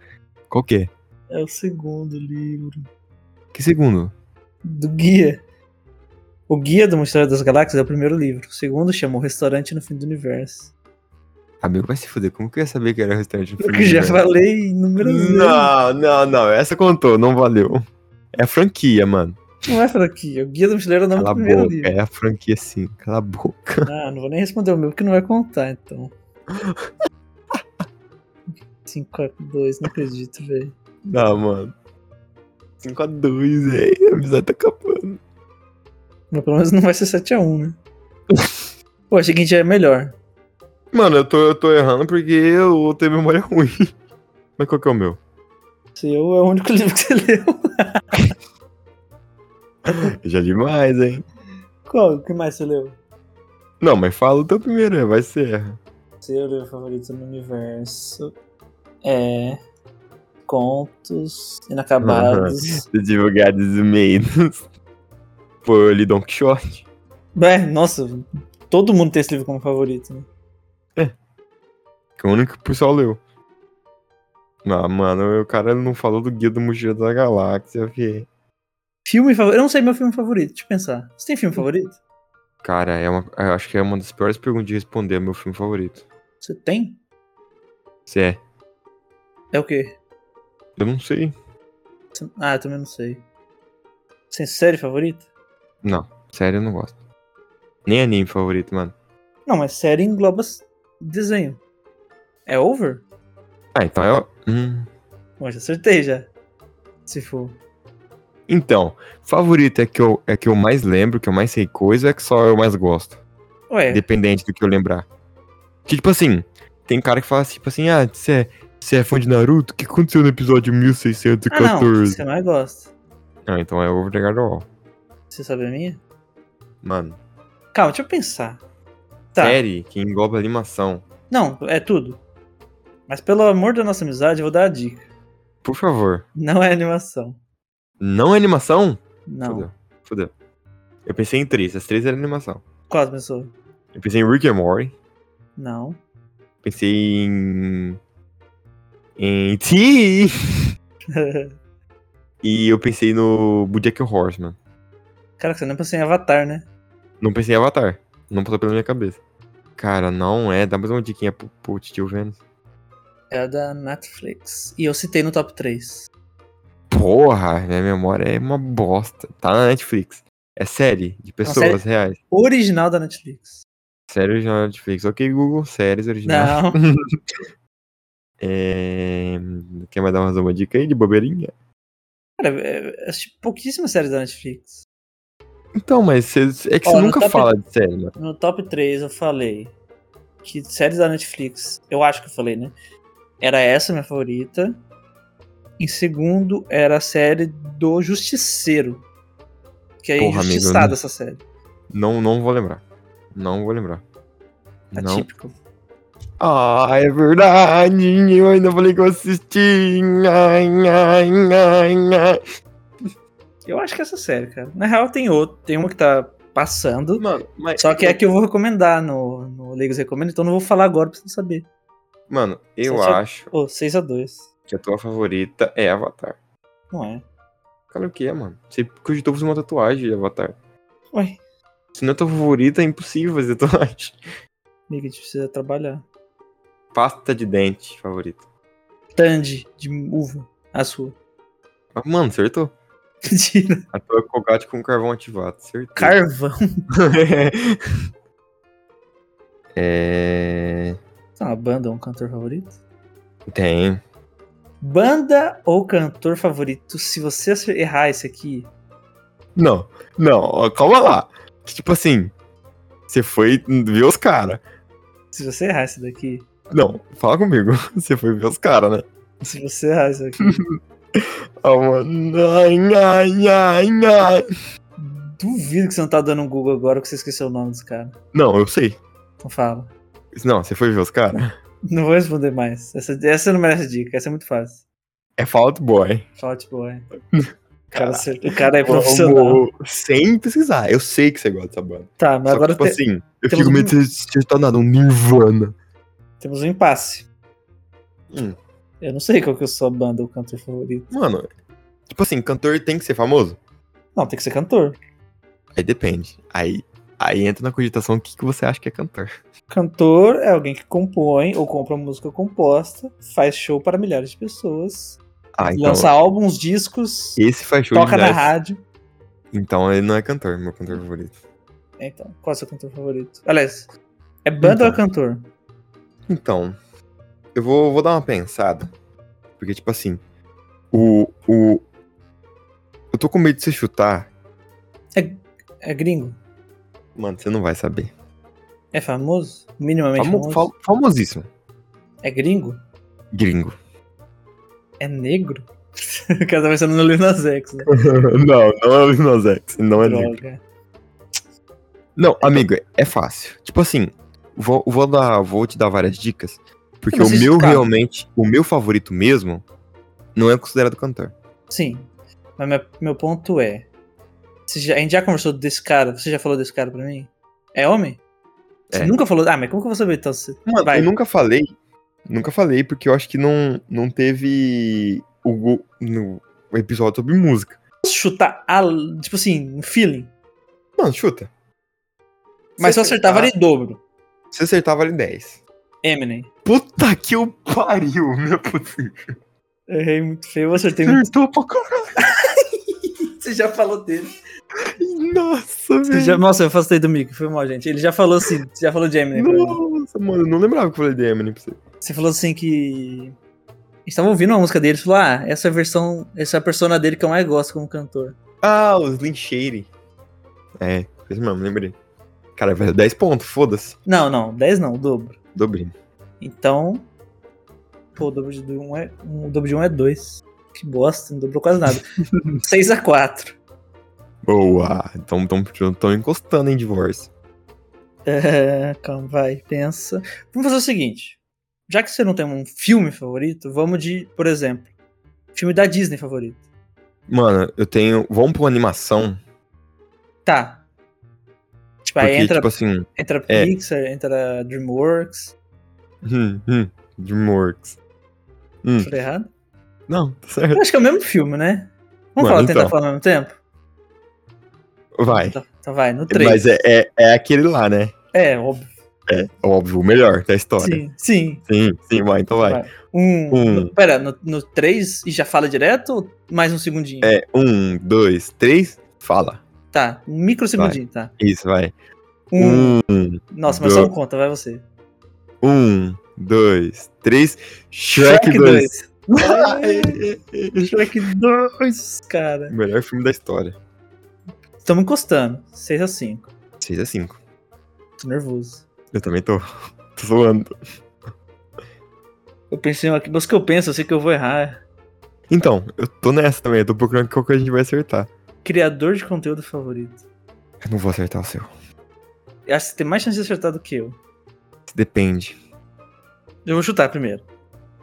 Speaker 2: Qual que é?
Speaker 1: É o segundo livro.
Speaker 2: Que segundo?
Speaker 1: Do guia. O Guia do Mochileiro das Galáxias é o primeiro livro. O segundo chama O Restaurante no Fim do Universo.
Speaker 2: Amigo, vai se fuder. Como que eu ia saber que era restaurante
Speaker 1: Eu que já falei inúmeras vezes.
Speaker 2: Não, não, não. Essa contou, não valeu. É franquia, mano.
Speaker 1: Não é franquia. O Guia do Mochileiro é o nome
Speaker 2: Cala
Speaker 1: do
Speaker 2: a
Speaker 1: primeiro
Speaker 2: boca.
Speaker 1: livro.
Speaker 2: É a franquia, sim. Cala a boca.
Speaker 1: Ah, não vou nem responder o meu, porque não vai contar, então. 5x2, não acredito, velho.
Speaker 2: Não, mano. 5x2, velho. A amizade tá acabando.
Speaker 1: Mas pelo menos não vai ser 7x1, né? Pô, achei que a gente é melhor.
Speaker 2: Mano, eu tô, eu tô errando porque eu tenho memória ruim. Mas qual que é o meu?
Speaker 1: Seu é o único livro que você leu.
Speaker 2: Já demais, hein?
Speaker 1: Qual? O que mais você leu?
Speaker 2: Não, mas fala o teu primeiro, né? vai ser.
Speaker 1: Seu é livro favorito no universo é. Contos Inacabados.
Speaker 2: Dos Divulgados e Meios. Pô, eu li Don Quixote.
Speaker 1: É, nossa, todo mundo tem esse livro como favorito, né?
Speaker 2: Que é o único que o pessoal leu. Ah, mano, o cara não falou do Guia do Mochileiro da Galáxia, vi.
Speaker 1: Filme favorito. Eu não sei meu filme favorito, deixa eu pensar. Você tem filme favorito?
Speaker 2: Cara, é uma, eu acho que é uma das piores perguntas de responder é meu filme favorito.
Speaker 1: Você tem?
Speaker 2: Se é.
Speaker 1: É o quê?
Speaker 2: Eu não sei.
Speaker 1: Você- Ah, eu também não sei. Sem série favorita?
Speaker 2: Não, sério, eu não gosto. Nem anime favorito, mano.
Speaker 1: Não, mas série engloba s- desenho. É over?
Speaker 2: Ah, então é. o- Hum.
Speaker 1: Bom, já acertei já. Se for.
Speaker 2: Então, favorito é que, eu, é que eu mais lembro, que eu mais sei coisa, é que só eu mais gosto.
Speaker 1: Ué,
Speaker 2: Dependente do que eu lembrar. Que, tipo assim, tem cara que fala assim, tipo assim, ah, você é, você é fã de Naruto? O que aconteceu no episódio
Speaker 1: ah não, o que
Speaker 2: 1614?
Speaker 1: você mais gosta.
Speaker 2: não, então é Over the Garden Wall.
Speaker 1: Você sabe a minha?
Speaker 2: Mano,
Speaker 1: Calma, deixa eu pensar. Tá.
Speaker 2: série que engloba animação.
Speaker 1: Não, é tudo. Mas pelo amor da nossa amizade, eu vou dar a dica.
Speaker 2: Por favor.
Speaker 1: Não é animação.
Speaker 2: Não é animação?
Speaker 1: Não.
Speaker 2: Fudeu, fudeu. Eu pensei em três, as três eram animação.
Speaker 1: Quase pensou?
Speaker 2: Eu pensei em Rick and Morty,
Speaker 1: Não.
Speaker 2: pensei em... Em T E eu pensei no Bojack Horseman.
Speaker 1: Cara, você nem pensou em Avatar, né?
Speaker 2: Não pensei em Avatar. Não passou pela minha cabeça. Cara, não é. Dá mais uma diquinha pro, pro tio Vênus.
Speaker 1: É a da Netflix. E eu citei no top 3.
Speaker 2: Porra, minha memória é uma bosta. Tá na Netflix. É série de pessoas
Speaker 1: série-
Speaker 2: reais.
Speaker 1: Original da Netflix.
Speaker 2: Série original da Netflix. Ok, Google, séries original.
Speaker 1: Não.
Speaker 2: É... Quer mais dar mais uma dica aí de bobeirinha?
Speaker 1: Cara, é- é- assisti pouquíssimas séries da Netflix.
Speaker 2: Então, mas cê- é que
Speaker 1: Ó,
Speaker 2: você
Speaker 1: no
Speaker 2: nunca
Speaker 1: top-
Speaker 2: fala de série, né? mano.
Speaker 1: No top 3 eu falei que séries da Netflix, eu acho que eu falei, né? Era essa minha favorita. Em segundo, era a série do Justiceiro. Que é
Speaker 2: Porra, amigo,
Speaker 1: injustiçada
Speaker 2: né?
Speaker 1: essa série.
Speaker 2: Não, não vou lembrar. Não vou lembrar.
Speaker 1: Tá
Speaker 2: Não.
Speaker 1: Atípico.
Speaker 2: Ah, é verdade! Eu ainda falei que eu assisti! Ai, ai, ai, ai.
Speaker 1: Eu acho que é essa série, cara. Na real, tem outra. Tem uma que tá passando.
Speaker 2: Mano, mas. então,
Speaker 1: Só que é a que eu vou recomendar no, no Legos Recomenda, então não vou falar agora pra você saber.
Speaker 2: Mano, eu
Speaker 1: Você já-
Speaker 2: acho
Speaker 1: Pô, 6x2.
Speaker 2: que a tua favorita é Avatar.
Speaker 1: Não é.
Speaker 2: Cara, o que é, mano? Você cogitou fazer uma tatuagem de Avatar.
Speaker 1: Ué,
Speaker 2: Se não é tua favorita, é impossível fazer tatuagem.
Speaker 1: amiga, a gente precisa trabalhar.
Speaker 2: Pasta de dente favorita.
Speaker 1: Tandy, de uva. A sua.
Speaker 2: Ah, Mano, acertou.
Speaker 1: Mentira.
Speaker 2: A tua é colgate com carvão ativado, acertou.
Speaker 1: Carvão.
Speaker 2: é...
Speaker 1: Tem uma banda ou um cantor favorito?
Speaker 2: Tem.
Speaker 1: Banda ou cantor favorito? Se você acer- errar esse aqui,
Speaker 2: Não, não, ó, calma lá. Que, Tipo assim, você foi ver os caras.
Speaker 1: se você errar esse daqui,
Speaker 2: Não, fala comigo. Você foi ver os caras, né?
Speaker 1: se você errar esse aqui,
Speaker 2: Ah, mano. Ai, ai, ai, ai.
Speaker 1: duvido que você não tá dando um Google agora que você esqueceu o nome dos caras.
Speaker 2: Não, eu sei.
Speaker 1: Então fala.
Speaker 2: Não, você foi ver os caras?
Speaker 1: Não vou responder mais. Essa, essa não merece dica, essa é muito fácil.
Speaker 2: É Fallout Boy.
Speaker 1: Fala tipo, é. O cara,
Speaker 2: Cara,
Speaker 1: acert- o cara é profissional.
Speaker 2: eu- eu- sem pesquisar. Eu sei que você gosta dessa banda.
Speaker 1: Tá, mas
Speaker 2: Só que,
Speaker 1: agora
Speaker 2: tipo
Speaker 1: te-
Speaker 2: assim, eu
Speaker 1: temos
Speaker 2: fico meio de ser tornado um Nirvana.
Speaker 1: temos um impasse.
Speaker 2: assim, Hum.
Speaker 1: Eu não sei qual que é a sua banda ou cantor favorito.
Speaker 2: Mano, tipo assim, cantor tem que ser famoso?
Speaker 1: Não, tem que ser cantor.
Speaker 2: Aí depende. Aí Aí entra na cogitação o que, que você acha que é cantor.
Speaker 1: Cantor é alguém que compõe ou compra música composta, faz show para milhares de pessoas,
Speaker 2: Ah, então.
Speaker 1: lança álbuns, discos,
Speaker 2: Esse faz show
Speaker 1: toca
Speaker 2: de
Speaker 1: na
Speaker 2: milhares.
Speaker 1: rádio.
Speaker 2: Então ele não é cantor, meu cantor favorito.
Speaker 1: Então, qual é o seu cantor favorito? Aliás, é banda ou é
Speaker 2: Então.
Speaker 1: cantor?
Speaker 2: Então, eu vou, vou dar uma pensada. Porque, tipo assim, o, o. Eu tô com medo de você chutar.
Speaker 1: É gringo?
Speaker 2: Mano, você não vai saber.
Speaker 1: É famoso? Minimamente
Speaker 2: Famo,
Speaker 1: famoso?
Speaker 2: fam- famosíssimo.
Speaker 1: É gringo?
Speaker 2: Gringo.
Speaker 1: É negro? O cara tá pensando no Lil Nas X, né?
Speaker 2: não, não é o Lil Nas X, Não é negro.
Speaker 1: Droga.
Speaker 2: Não, amigo, é- é fácil. Tipo assim, vou, vou dar, vou te dar várias dicas. Porque
Speaker 1: Não,
Speaker 2: o
Speaker 1: você
Speaker 2: meu
Speaker 1: escapa.
Speaker 2: realmente, o meu favorito mesmo, não é considerado cantor.
Speaker 1: Sim. Mas meu, meu ponto é. você já- a gente já conversou desse cara. Você já falou desse cara pra mim? É homem? Você
Speaker 2: É.
Speaker 1: nunca falou. Ah, mas como que eu vou saber então? se-
Speaker 2: Mano,
Speaker 1: Vai.
Speaker 2: eu nunca falei. Nunca falei, porque eu acho que não, não teve o, go- no episódio sobre música.
Speaker 1: Posso chutar, a- tipo assim, um feeling.
Speaker 2: Mano, chuta.
Speaker 1: Mas se eu acertar, vale dobro.
Speaker 2: Se acertar, vale 10.
Speaker 1: Eminem.
Speaker 2: Puta que eu pariu, não é possível.
Speaker 1: Eu errei muito feio, eu acertei muito.
Speaker 2: Acertou pra caralho.
Speaker 1: Você já falou dele.
Speaker 2: Nossa,
Speaker 1: Você
Speaker 2: velho.
Speaker 1: já- nossa, eu afastei do mico, foi mal, gente. Ele já falou assim, você já falou de Eminem pra mim.
Speaker 2: Nossa, mano, eu não lembrava que eu falei de Eminem pra você.
Speaker 1: Você falou assim que. Estavam ouvindo uma música dele e falou: Ah, essa é a versão, essa é a persona dele que eu mais gosto como cantor.
Speaker 2: Ah, o Slim Shady. É, fez mesmo, lembrei. Cara, velho, 10 pontos, foda-se.
Speaker 1: Não, não, 10 não, o dobro.
Speaker 2: Dobrinho.
Speaker 1: Então. Pô, o dobro de 1 é, um, o dobro de um é 2. Que bosta, não dobrou quase nada. 6x4.
Speaker 2: Boa. Então estão encostando em divórcio.
Speaker 1: calma, vai, pensa. Vamos fazer o seguinte: já que você não tem um filme favorito, vamos de, por exemplo, filme da Disney favorito.
Speaker 2: Mano, eu tenho. Vamos pra uma animação.
Speaker 1: Tá. Tipo,
Speaker 2: Porque,
Speaker 1: aí entra,
Speaker 2: tipo assim.
Speaker 1: entra
Speaker 2: é.
Speaker 1: Pixar, entra Dreamworks.
Speaker 2: Hum, hum, Dreamworks. Hum,
Speaker 1: Falei errado?
Speaker 2: não, tá certo.
Speaker 1: Eu acho que é o mesmo filme, né? Vamos
Speaker 2: Mano,
Speaker 1: falar, tentar
Speaker 2: então.
Speaker 1: falar ao mesmo tempo?
Speaker 2: Vai.
Speaker 1: Tá, tá, vai, no 3.
Speaker 2: Mas é, é, é aquele lá, né?
Speaker 1: É, óbvio.
Speaker 2: É, óbvio, o melhor da história. Sim,
Speaker 1: Sim, sim.
Speaker 2: sim, vai, então vai.
Speaker 1: Vai. Um.
Speaker 2: Um.
Speaker 1: no- pera, no, no 3 e já fala direto ou mais um segundinho?
Speaker 2: É, um, dois, três, fala.
Speaker 1: Tá, um microsegundinho, tá.
Speaker 2: Isso, vai.
Speaker 1: Um.
Speaker 2: um
Speaker 1: Nossa, mas
Speaker 2: dois.
Speaker 1: só um conta, vai você.
Speaker 2: Um, dois, três. Shrek, 2.
Speaker 1: dois. Shrek 2, cara.
Speaker 2: Melhor filme da história.
Speaker 1: Estamos encostando. 6 a 5.
Speaker 2: 6 a 5.
Speaker 1: Tô nervoso.
Speaker 2: Eu também tô, tô zoando.
Speaker 1: Eu pensei, aqui, mas o que eu penso, eu sei que eu vou errar.
Speaker 2: Então, eu tô nessa também. Eu tô procurando qual que a gente vai acertar.
Speaker 1: Criador de conteúdo favorito.
Speaker 2: Eu não vou acertar o seu.
Speaker 1: Eu acho que você tem mais chance de acertar do que eu.
Speaker 2: Depende.
Speaker 1: Eu vou chutar primeiro.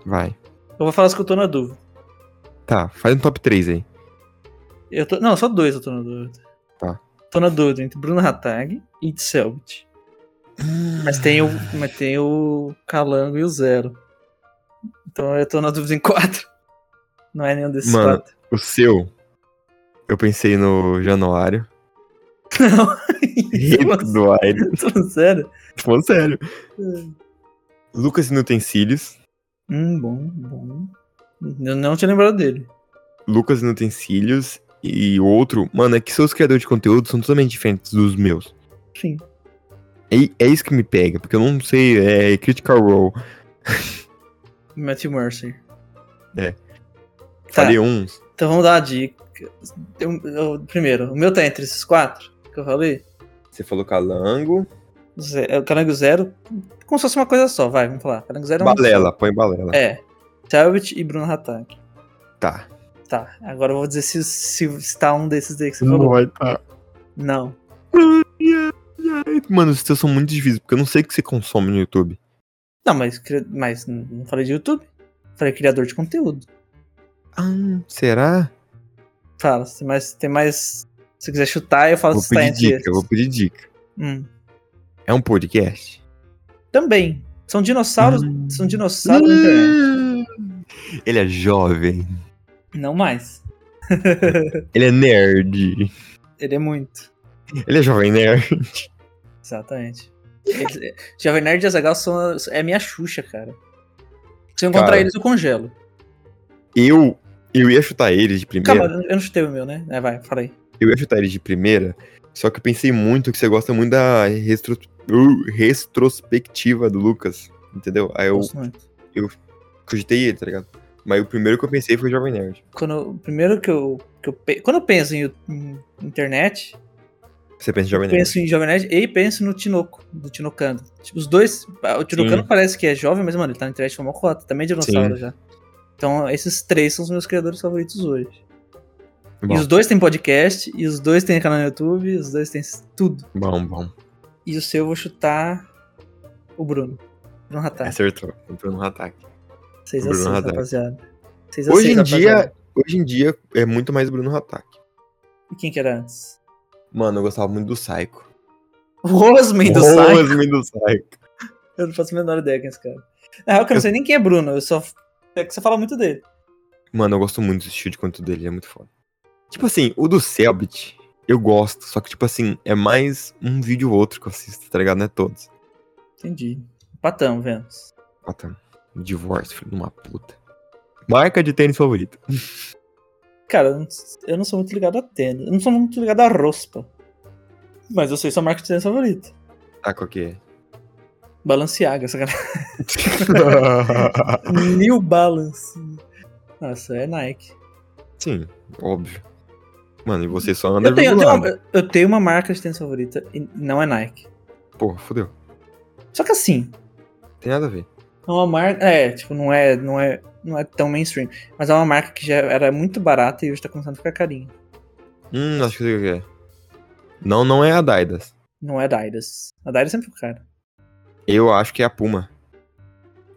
Speaker 2: Vai.
Speaker 1: Eu vou falar os que eu tô na dúvida.
Speaker 2: Tá, faz um top 3 aí.
Speaker 1: Eu tô... Não, só dois eu tô na dúvida.
Speaker 2: Tá.
Speaker 1: Tô na dúvida entre Bruno Hattag e Itzelbit. Mas tem o. Mas tem o Calango e o Zero. Então eu tô na dúvida em quatro. Não é nenhum desses
Speaker 2: Mano.
Speaker 1: quatro.
Speaker 2: O seu, eu pensei no Januário.
Speaker 1: Não.
Speaker 2: Rito do Aire.
Speaker 1: Tô falando sério?
Speaker 2: Tô falando tipo, sério. Lucas e Utensílios.
Speaker 1: Hum, bom, bom. Eu não tinha lembrado dele.
Speaker 2: Lucas e Utensílios. E outro. Mano, é que seus criadores de conteúdo são totalmente diferentes dos meus.
Speaker 1: Sim.
Speaker 2: É, é isso que me pega, porque eu não sei, é Critical Role.
Speaker 1: Matthew Mercer.
Speaker 2: É.
Speaker 1: Tá,
Speaker 2: Falei uns.
Speaker 1: então vamos dar uma dica. Eu- eu- primeiro, o meu tá entre esses quatro que eu falei.
Speaker 2: Você falou Calango.
Speaker 1: Ze- é, O Calango Zero, como se fosse uma coisa só, vai, vamos falar. Calango Zero é um
Speaker 2: Balela, põe balela.
Speaker 1: só. É. Talbot e Bruno Hattag.
Speaker 2: Tá.
Speaker 1: Tá, agora eu vou dizer se, se, se tá um desses aí que você falou.
Speaker 2: vai tá.
Speaker 1: Não.
Speaker 2: Mano, os teus são muito difíceis, porque eu não sei o que você consome no YouTube.
Speaker 1: Não, mas, cri- mas não falei de YouTube. Falei criador de conteúdo.
Speaker 2: Ah, será?
Speaker 1: Fala, se tem mais. Tem mais se quiser chutar, eu falo
Speaker 2: vou
Speaker 1: se tá
Speaker 2: pedir
Speaker 1: entre
Speaker 2: dica,
Speaker 1: esses.
Speaker 2: eu vou pedir dica.
Speaker 1: Hum.
Speaker 2: É um podcast?
Speaker 1: Também. São dinossauros.
Speaker 2: Hum.
Speaker 1: São dinossauros da internet.
Speaker 2: Ele é jovem.
Speaker 1: Não mais.
Speaker 2: Ele é nerd.
Speaker 1: Ele é muito.
Speaker 2: Ele é jovem nerd.
Speaker 1: Exatamente. Eles- eh, Jovem Nerd e Azagal são a- é minha Xuxa, cara. Se eu encontrar
Speaker 2: Cara.
Speaker 1: eles, eu congelo.
Speaker 2: Eu, eu ia chutar eles de primeira.
Speaker 1: Calma, eu não chutei o meu, né? É, vai, fala aí.
Speaker 2: Eu ia chutar eles de primeira. Só que eu pensei muito que você gosta muito da restro- uh, retrospectiva do Lucas. Entendeu? Aí eu
Speaker 1: Gosto muito.
Speaker 2: cogitei ele, tá ligado? Mas o primeiro que eu pensei foi Jovem Nerd.
Speaker 1: Quando, o primeiro que eu, que eu pe- Quando eu penso em, em internet,
Speaker 2: Você pensa em Jovem Nerd?
Speaker 1: penso em Jovem Nerd e penso no Tinoco, do Tinocando. Tipo, Os dois. O Tinocando parece que é jovem, mas, mano, ele tá na internet uma cota, também é dinossauro já. Então, esses três são os meus criadores favoritos hoje.
Speaker 2: Bom,
Speaker 1: E os dois têm podcast, e os dois têm canal no YouTube, os dois têm tudo.
Speaker 2: bom, bom.
Speaker 1: E o seu eu vou chutar o Bruno. Bruno Ratar.
Speaker 2: Acertou. Entrou num ataque.
Speaker 1: 6 a
Speaker 2: é Bruno
Speaker 1: 6,
Speaker 2: Ratar.
Speaker 1: rapaziada. 6 a
Speaker 2: Hoje
Speaker 1: 6,
Speaker 2: em dia,
Speaker 1: rapaziada.
Speaker 2: hoje em dia é muito mais Bruno Hatak.
Speaker 1: E quem que era antes?
Speaker 2: Mano, eu gostava muito do Psycho.
Speaker 1: O Osman do Sai.
Speaker 2: Osmin do Psycho.
Speaker 1: Eu não faço a menor ideia quem é esse cara. Na real, que eu não sei nem quem é Bruno, eu só. É que você fala muito dele.
Speaker 2: Mano, eu gosto muito do estilo de conteúdo dele, é muito foda. Tipo assim, o do Selbit, eu gosto, só que tipo assim, é mais um vídeo ou outro que eu assisto, tá ligado? Não é todos.
Speaker 1: Entendi. Patão, Vênus.
Speaker 2: Ah, tá. Divórcio, filho de uma puta. Marca de tênis favorito.
Speaker 1: Cara, eu não- eu não sou muito ligado a tênis. Eu não sou muito ligado a rospa. Mas eu sei sua marca de tênis favorita.
Speaker 2: Tá, qual que é?
Speaker 1: Balenciaga, essa galera. New Balance. Nossa, é Nike.
Speaker 2: Sim, óbvio. Mano, e você só anda
Speaker 1: Eu tenho, eu, tenho
Speaker 2: regulado.
Speaker 1: uma, eu tenho uma marca de tênis favorita e não é Nike.
Speaker 2: Porra, fodeu.
Speaker 1: Só que assim,
Speaker 2: Tem nada a ver.
Speaker 1: é uma marca. É, tipo, não é, não é, não é tão mainstream. Mas é uma marca que já era muito barata e hoje tá começando a ficar carinho.
Speaker 2: Hum, acho que eu sei o que é. Não, não é a Daidas.
Speaker 1: Não é Adidas. A Adidas sempre foi cara.
Speaker 2: Eu acho que é a Puma.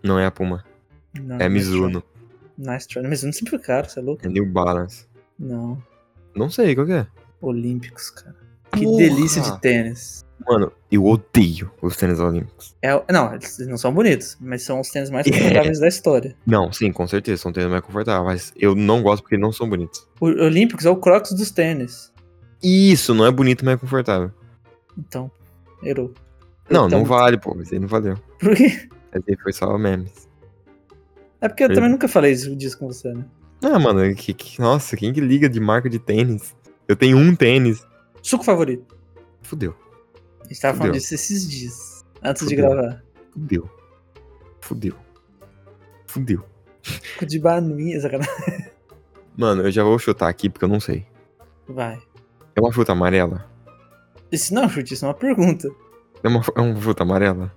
Speaker 2: Não é a Puma.
Speaker 1: Não,
Speaker 2: é a
Speaker 1: nice
Speaker 2: Mizuno.
Speaker 1: try. Nice try. Mizuno sempre foi caro, você é louco?
Speaker 2: É New Balance.
Speaker 1: Não.
Speaker 2: Não sei, qual que é?
Speaker 1: Olímpicos, cara. Que
Speaker 2: Porra!
Speaker 1: delícia de tênis.
Speaker 2: Mano, eu odeio os tênis olímpicos.
Speaker 1: É, não, eles não são bonitos, mas são os tênis mais
Speaker 2: Yeah.
Speaker 1: confortáveis da história.
Speaker 2: Não, sim, com certeza. São tênis mais confortáveis. Mas eu não gosto porque não são bonitos.
Speaker 1: O Olímpicos é o Crocs dos tênis.
Speaker 2: Isso, não é bonito, mas é confortável.
Speaker 1: Então, errou.
Speaker 2: Não,
Speaker 1: Então,
Speaker 2: não vale, pô. Mas aí não valeu.
Speaker 1: Por quê?
Speaker 2: Mas aí foi só memes.
Speaker 1: É porque eu
Speaker 2: Errou.
Speaker 1: também nunca falei isso- disso com você, né?
Speaker 2: Ah, mano, que, que- nossa, quem que liga de marca de tênis? Eu tenho um tênis.
Speaker 1: Suco favorito.
Speaker 2: Fudeu,
Speaker 1: A gente tava falando
Speaker 2: Fudeu.
Speaker 1: disso esses dias, antes de
Speaker 2: Fudeu.
Speaker 1: gravar.
Speaker 2: fudeu. Fudeu. Fudeu.
Speaker 1: Suco de banuinha, sacanagem.
Speaker 2: Mano, eu já vou chutar aqui porque eu não sei.
Speaker 1: Vai.
Speaker 2: É uma fruta amarela?
Speaker 1: Isso não é um chute, isso é uma pergunta.
Speaker 2: É uma, é uma fruta amarela?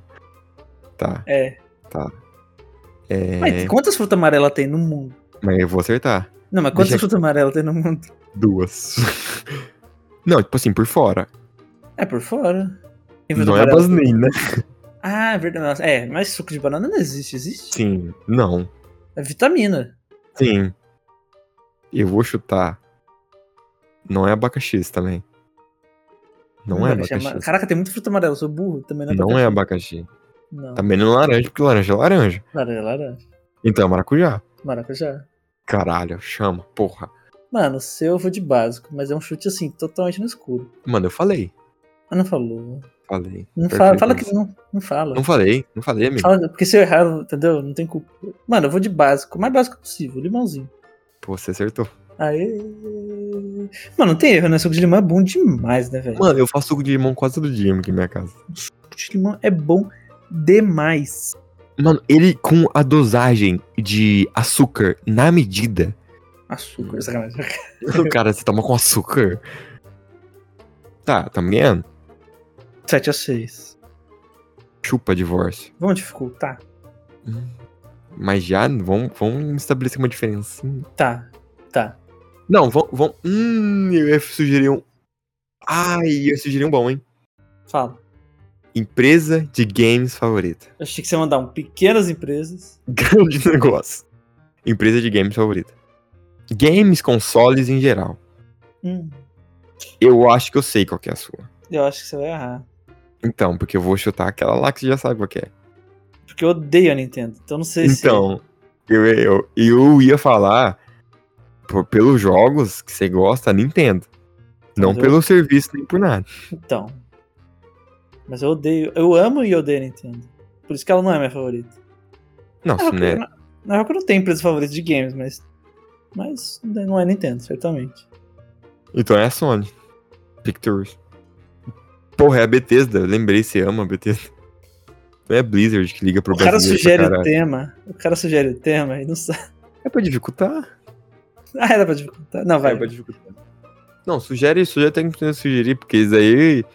Speaker 2: Tá,
Speaker 1: É.
Speaker 2: tá. É,
Speaker 1: Mas quantas frutas amarelas tem no mundo?
Speaker 2: mas eu vou acertar.
Speaker 1: Não, mas quantas
Speaker 2: Deixa-
Speaker 1: frutas amarelas tem no mundo?
Speaker 2: Duas. Não, tipo assim, por fora.
Speaker 1: É por fora. Tem fruta
Speaker 2: Não é
Speaker 1: amarela?
Speaker 2: basnin, né?
Speaker 1: Ah, é verdade. Nossa, É, mas suco de banana não existe, existe?
Speaker 2: Sim. Não.
Speaker 1: É vitamina.
Speaker 2: Sim. Eu vou chutar. Não é abacaxi esse também. Não, é
Speaker 1: Abacaxi
Speaker 2: abacaxi.
Speaker 1: ama- Caraca, tem muito fruta amarela, eu sou burro, também não é
Speaker 2: Não é abacaxi.
Speaker 1: abacaxi. Não,
Speaker 2: Também não é laranja, porque laranja é laranja.
Speaker 1: laranja, laranja.
Speaker 2: Então é maracujá.
Speaker 1: Maracajá.
Speaker 2: Caralho, chama, porra.
Speaker 1: Mano, o seu eu vou de básico, mas é um chute assim, totalmente no escuro.
Speaker 2: Mano, eu falei.
Speaker 1: Ah, não falou.
Speaker 2: Falei.
Speaker 1: Não fala, fala
Speaker 2: Perfeito.
Speaker 1: que não, não fala.
Speaker 2: Não falei, não falei, amigo.
Speaker 1: Fala, porque se eu errar, entendeu? Não tem culpa. Mano, eu vou de básico, o mais básico possível, limãozinho.
Speaker 2: Pô, você acertou.
Speaker 1: Aê. Mano, não tem erro, né? Suco de limão é bom demais, né, velho?
Speaker 2: Mano, eu faço suco de limão quase todo dia aqui em minha casa.
Speaker 1: Suco de limão é bom demais.
Speaker 2: Mano, ele com a dosagem de açúcar na medida.
Speaker 1: Açúcar, sacanagem.
Speaker 2: Cara, você toma com açúcar. Tá, tá me ganhando?
Speaker 1: 7 a 6.
Speaker 2: Chupa divórcio.
Speaker 1: Vamos dificultar?
Speaker 2: Mas já, vamos, vamos estabelecer uma diferencinha.
Speaker 1: Tá, tá.
Speaker 2: Não, vamos, vamos. Hum, eu ia sugerir um. Ai, eu ia sugerir um bom, hein?
Speaker 1: Fala.
Speaker 2: Empresa de games favorita.
Speaker 1: Eu achei que você ia mandar um pequenas empresas.
Speaker 2: Grande negócio. Empresa de games favorita. Games, consoles em geral.
Speaker 1: Hum,
Speaker 2: Eu acho que eu sei qual que é a sua.
Speaker 1: eu acho que você vai errar.
Speaker 2: Então, porque eu vou chutar aquela lá que você já sabe qual que é.
Speaker 1: Porque eu odeio a Nintendo. Então eu não sei se.
Speaker 2: Então, eu, eu, eu ia falar por- pelos jogos que você gosta, Nintendo. Não
Speaker 1: Uhum. Mas eu-
Speaker 2: pelo serviço nem por nada.
Speaker 1: Então. Mas eu odeio. Eu amo e odeio a Nintendo. Por isso que ela não é minha favorita.
Speaker 2: Nossa,
Speaker 1: Na
Speaker 2: né?
Speaker 1: real, que- na real que eu não tenho empresa favorita de games, mas. Mas não é Nintendo, certamente.
Speaker 2: Então é a Sony. Pictures. Porra, é a Bethesda. Eu lembrei, você ama a Bethesda. Não é a Blizzard que liga pro
Speaker 1: O cara
Speaker 2: brasileiro pra
Speaker 1: sugere o
Speaker 2: caralho.
Speaker 1: tema. O cara sugere o tema e não sabe.
Speaker 2: É pra dificultar.
Speaker 1: Ah, dá pra dificultar. Não, vai.
Speaker 2: É pra dificultar. Não, sugere isso. Eu tenho que sugerir, porque isso aí...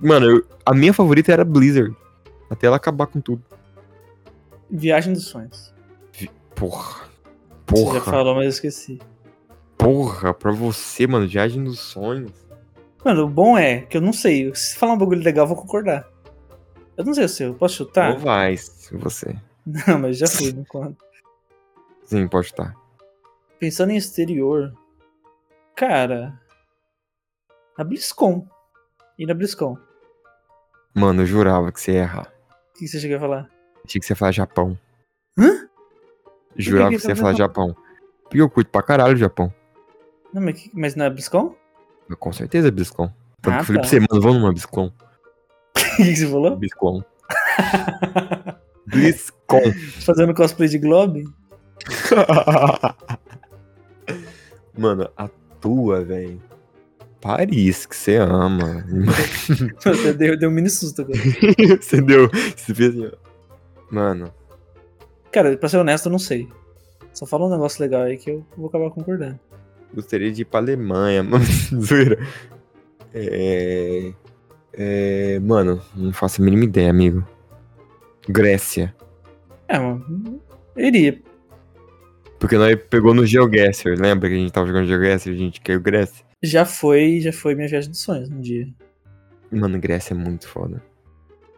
Speaker 2: Mano, eu- a minha favorita era a Blizzard. Até ela acabar com tudo.
Speaker 1: Viagem dos sonhos.
Speaker 2: Porra.
Speaker 1: Você já
Speaker 2: Porra.
Speaker 1: falou, mas eu esqueci.
Speaker 2: Porra. Pra você, mano. Viagem dos sonhos.
Speaker 1: Mano, o bom é que eu não sei. Se falar um bagulho legal, eu vou concordar. Eu não sei o seu, eu posso
Speaker 2: Ou
Speaker 1: chutar?
Speaker 2: vai, se você.
Speaker 1: Não, mas já fui, não conta.
Speaker 2: Sim, pode estar.
Speaker 1: Pensando em exterior, cara. Na BlizzCon. E na BlizzCon. O
Speaker 2: Mano, eu jurava que você ia errar.
Speaker 1: que você chegou a falar?
Speaker 2: Achei que você ia falar Japão.
Speaker 1: Hã?
Speaker 2: Jurava
Speaker 1: que
Speaker 2: que,
Speaker 1: que
Speaker 2: você ia
Speaker 1: você
Speaker 2: falar
Speaker 1: vai
Speaker 2: Japão. Porque eu curto pra caralho o Japão.
Speaker 1: Não, mas, que- mas na BlizzCon?
Speaker 2: Eu, com certeza é BlizzCon. Tanto
Speaker 1: Ah,
Speaker 2: que eu falei
Speaker 1: tá.
Speaker 2: pra você, mano, vamos numa BlizzCon.
Speaker 1: O que você falou?
Speaker 2: BlizzCon. BlizzCon.
Speaker 1: Fazendo cosplay de Globe?
Speaker 2: mano, a tua, velho. Paris, que você ama.
Speaker 1: Nossa, deu, deu um mini susto agora.
Speaker 2: você deu. Você fez assim, ó. Mano,
Speaker 1: Cara, pra ser honesto, eu não sei. Só fala um negócio legal aí que eu vou acabar concordando.
Speaker 2: gostaria de ir pra Alemanha, mano. Zoeira. É... é, Mano, não faço a mínima ideia, amigo. Grécia.
Speaker 1: É, mano. eu Iria.
Speaker 2: Porque nós pegou no GeoGuessr, lembra que a gente tava jogando GeoGuessr e a gente caiu Grécia?
Speaker 1: Já foi, já foi minha viagem dos sonhos um dia.
Speaker 2: Mano, Grécia é muito foda.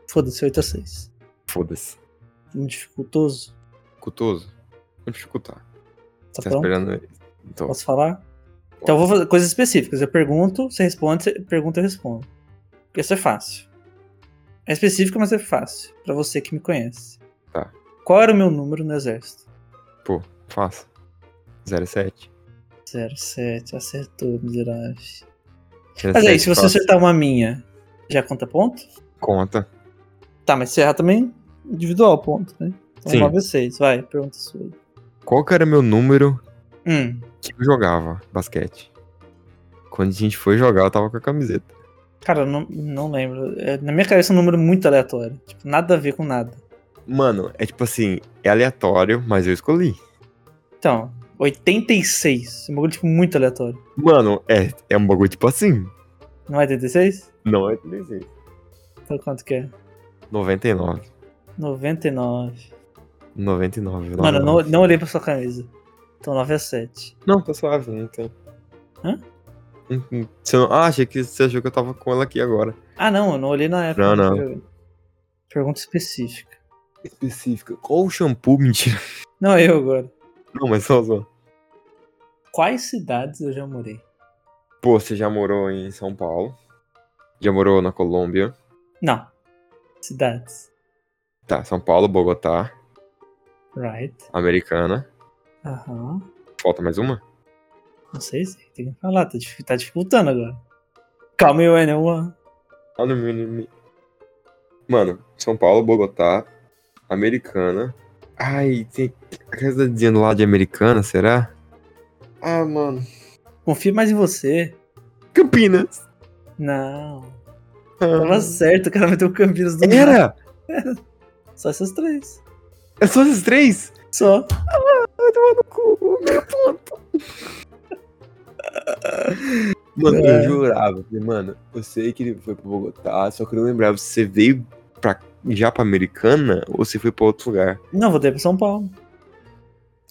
Speaker 1: Foda-se, 8 a 6
Speaker 2: Foda-se.
Speaker 1: Muito um dificultoso.
Speaker 2: Cutoso? Vou dificultar.
Speaker 1: Tá
Speaker 2: Tá
Speaker 1: pronto?
Speaker 2: esperando ele. Então,
Speaker 1: Posso falar? Então eu vou fazer coisas específicas. Eu pergunto, você responde, você pergunta, eu respondo. Isso é fácil. É específico, mas é fácil. Pra você que me conhece.
Speaker 2: Tá.
Speaker 1: Qual era o meu número no exército?
Speaker 2: faça. 07.
Speaker 1: 07, acertou, miserável. Mas
Speaker 2: 07,
Speaker 1: aí, se você
Speaker 2: faça.
Speaker 1: acertar uma minha, já conta ponto?
Speaker 2: Conta.
Speaker 1: Tá, mas se errar também, individual ponto, né? Então
Speaker 2: Sim.
Speaker 1: 9 a 6, vai, pergunta sua. aí.
Speaker 2: Qual que era meu número
Speaker 1: Hum,
Speaker 2: que eu jogava basquete? Quando a gente foi jogar, eu tava com a camiseta.
Speaker 1: cara, eu não, não lembro. É, na minha cabeça é um número muito aleatório. Tipo, nada a ver com nada.
Speaker 2: Mano, é tipo assim, é aleatório, mas eu escolhi.
Speaker 1: Então, 86. Um bagulho, tipo, muito aleatório.
Speaker 2: Mano, é, é um bagulho tipo assim.
Speaker 1: Não é 86?
Speaker 2: Não é 36.
Speaker 1: Então quanto que é?
Speaker 2: 99.
Speaker 1: 99. Mano, eu
Speaker 2: 99.
Speaker 1: não,
Speaker 2: 99.
Speaker 1: não olhei pra sua camisa. Então 9 a 7.
Speaker 2: Não, tá suave, não tem.
Speaker 1: Hã?
Speaker 2: Hum, hum. Você não... Ah, achei que você achou que eu tava com ela aqui agora.
Speaker 1: Ah, não, eu não olhei na época.
Speaker 2: Não, não.
Speaker 1: Pergunta específica.
Speaker 2: Específica. Qual o shampoo? Mentira.
Speaker 1: Não, eu agora.
Speaker 2: Não, mas só só.
Speaker 1: Quais cidades eu já morei?
Speaker 2: Pô, você já morou em São Paulo? Já morou na Colômbia?
Speaker 1: Não. Cidades.
Speaker 2: Tá, São Paulo, Bogotá,
Speaker 1: Right.
Speaker 2: Americana.
Speaker 1: Aham.
Speaker 2: Falta mais uma?
Speaker 1: Não sei se tem que falar, tá, dif- tá dificultando agora. Calma, eu ainda uma.
Speaker 2: Olha o mini- Mano, São Paulo, Bogotá, Americana. Ai, tem a casa dizendo lá de Americana, será? Ah, mano.
Speaker 1: Confio mais em você.
Speaker 2: Campinas.
Speaker 1: Não.
Speaker 2: Ah.
Speaker 1: Tava certo, o cara meteu o Campinas do nada.
Speaker 2: Era?
Speaker 1: Só essas três.
Speaker 2: É só esses três?
Speaker 1: Só.
Speaker 2: Vai tomar no cu, meu ponto. Mano,
Speaker 1: É.
Speaker 2: eu jurava. falei, Mano, eu sei que ele foi pra Bogotá, só que eu não lembrava se você veio pra, já pra Americana ou se foi pra outro lugar.
Speaker 1: Não, voltei pra São Paulo.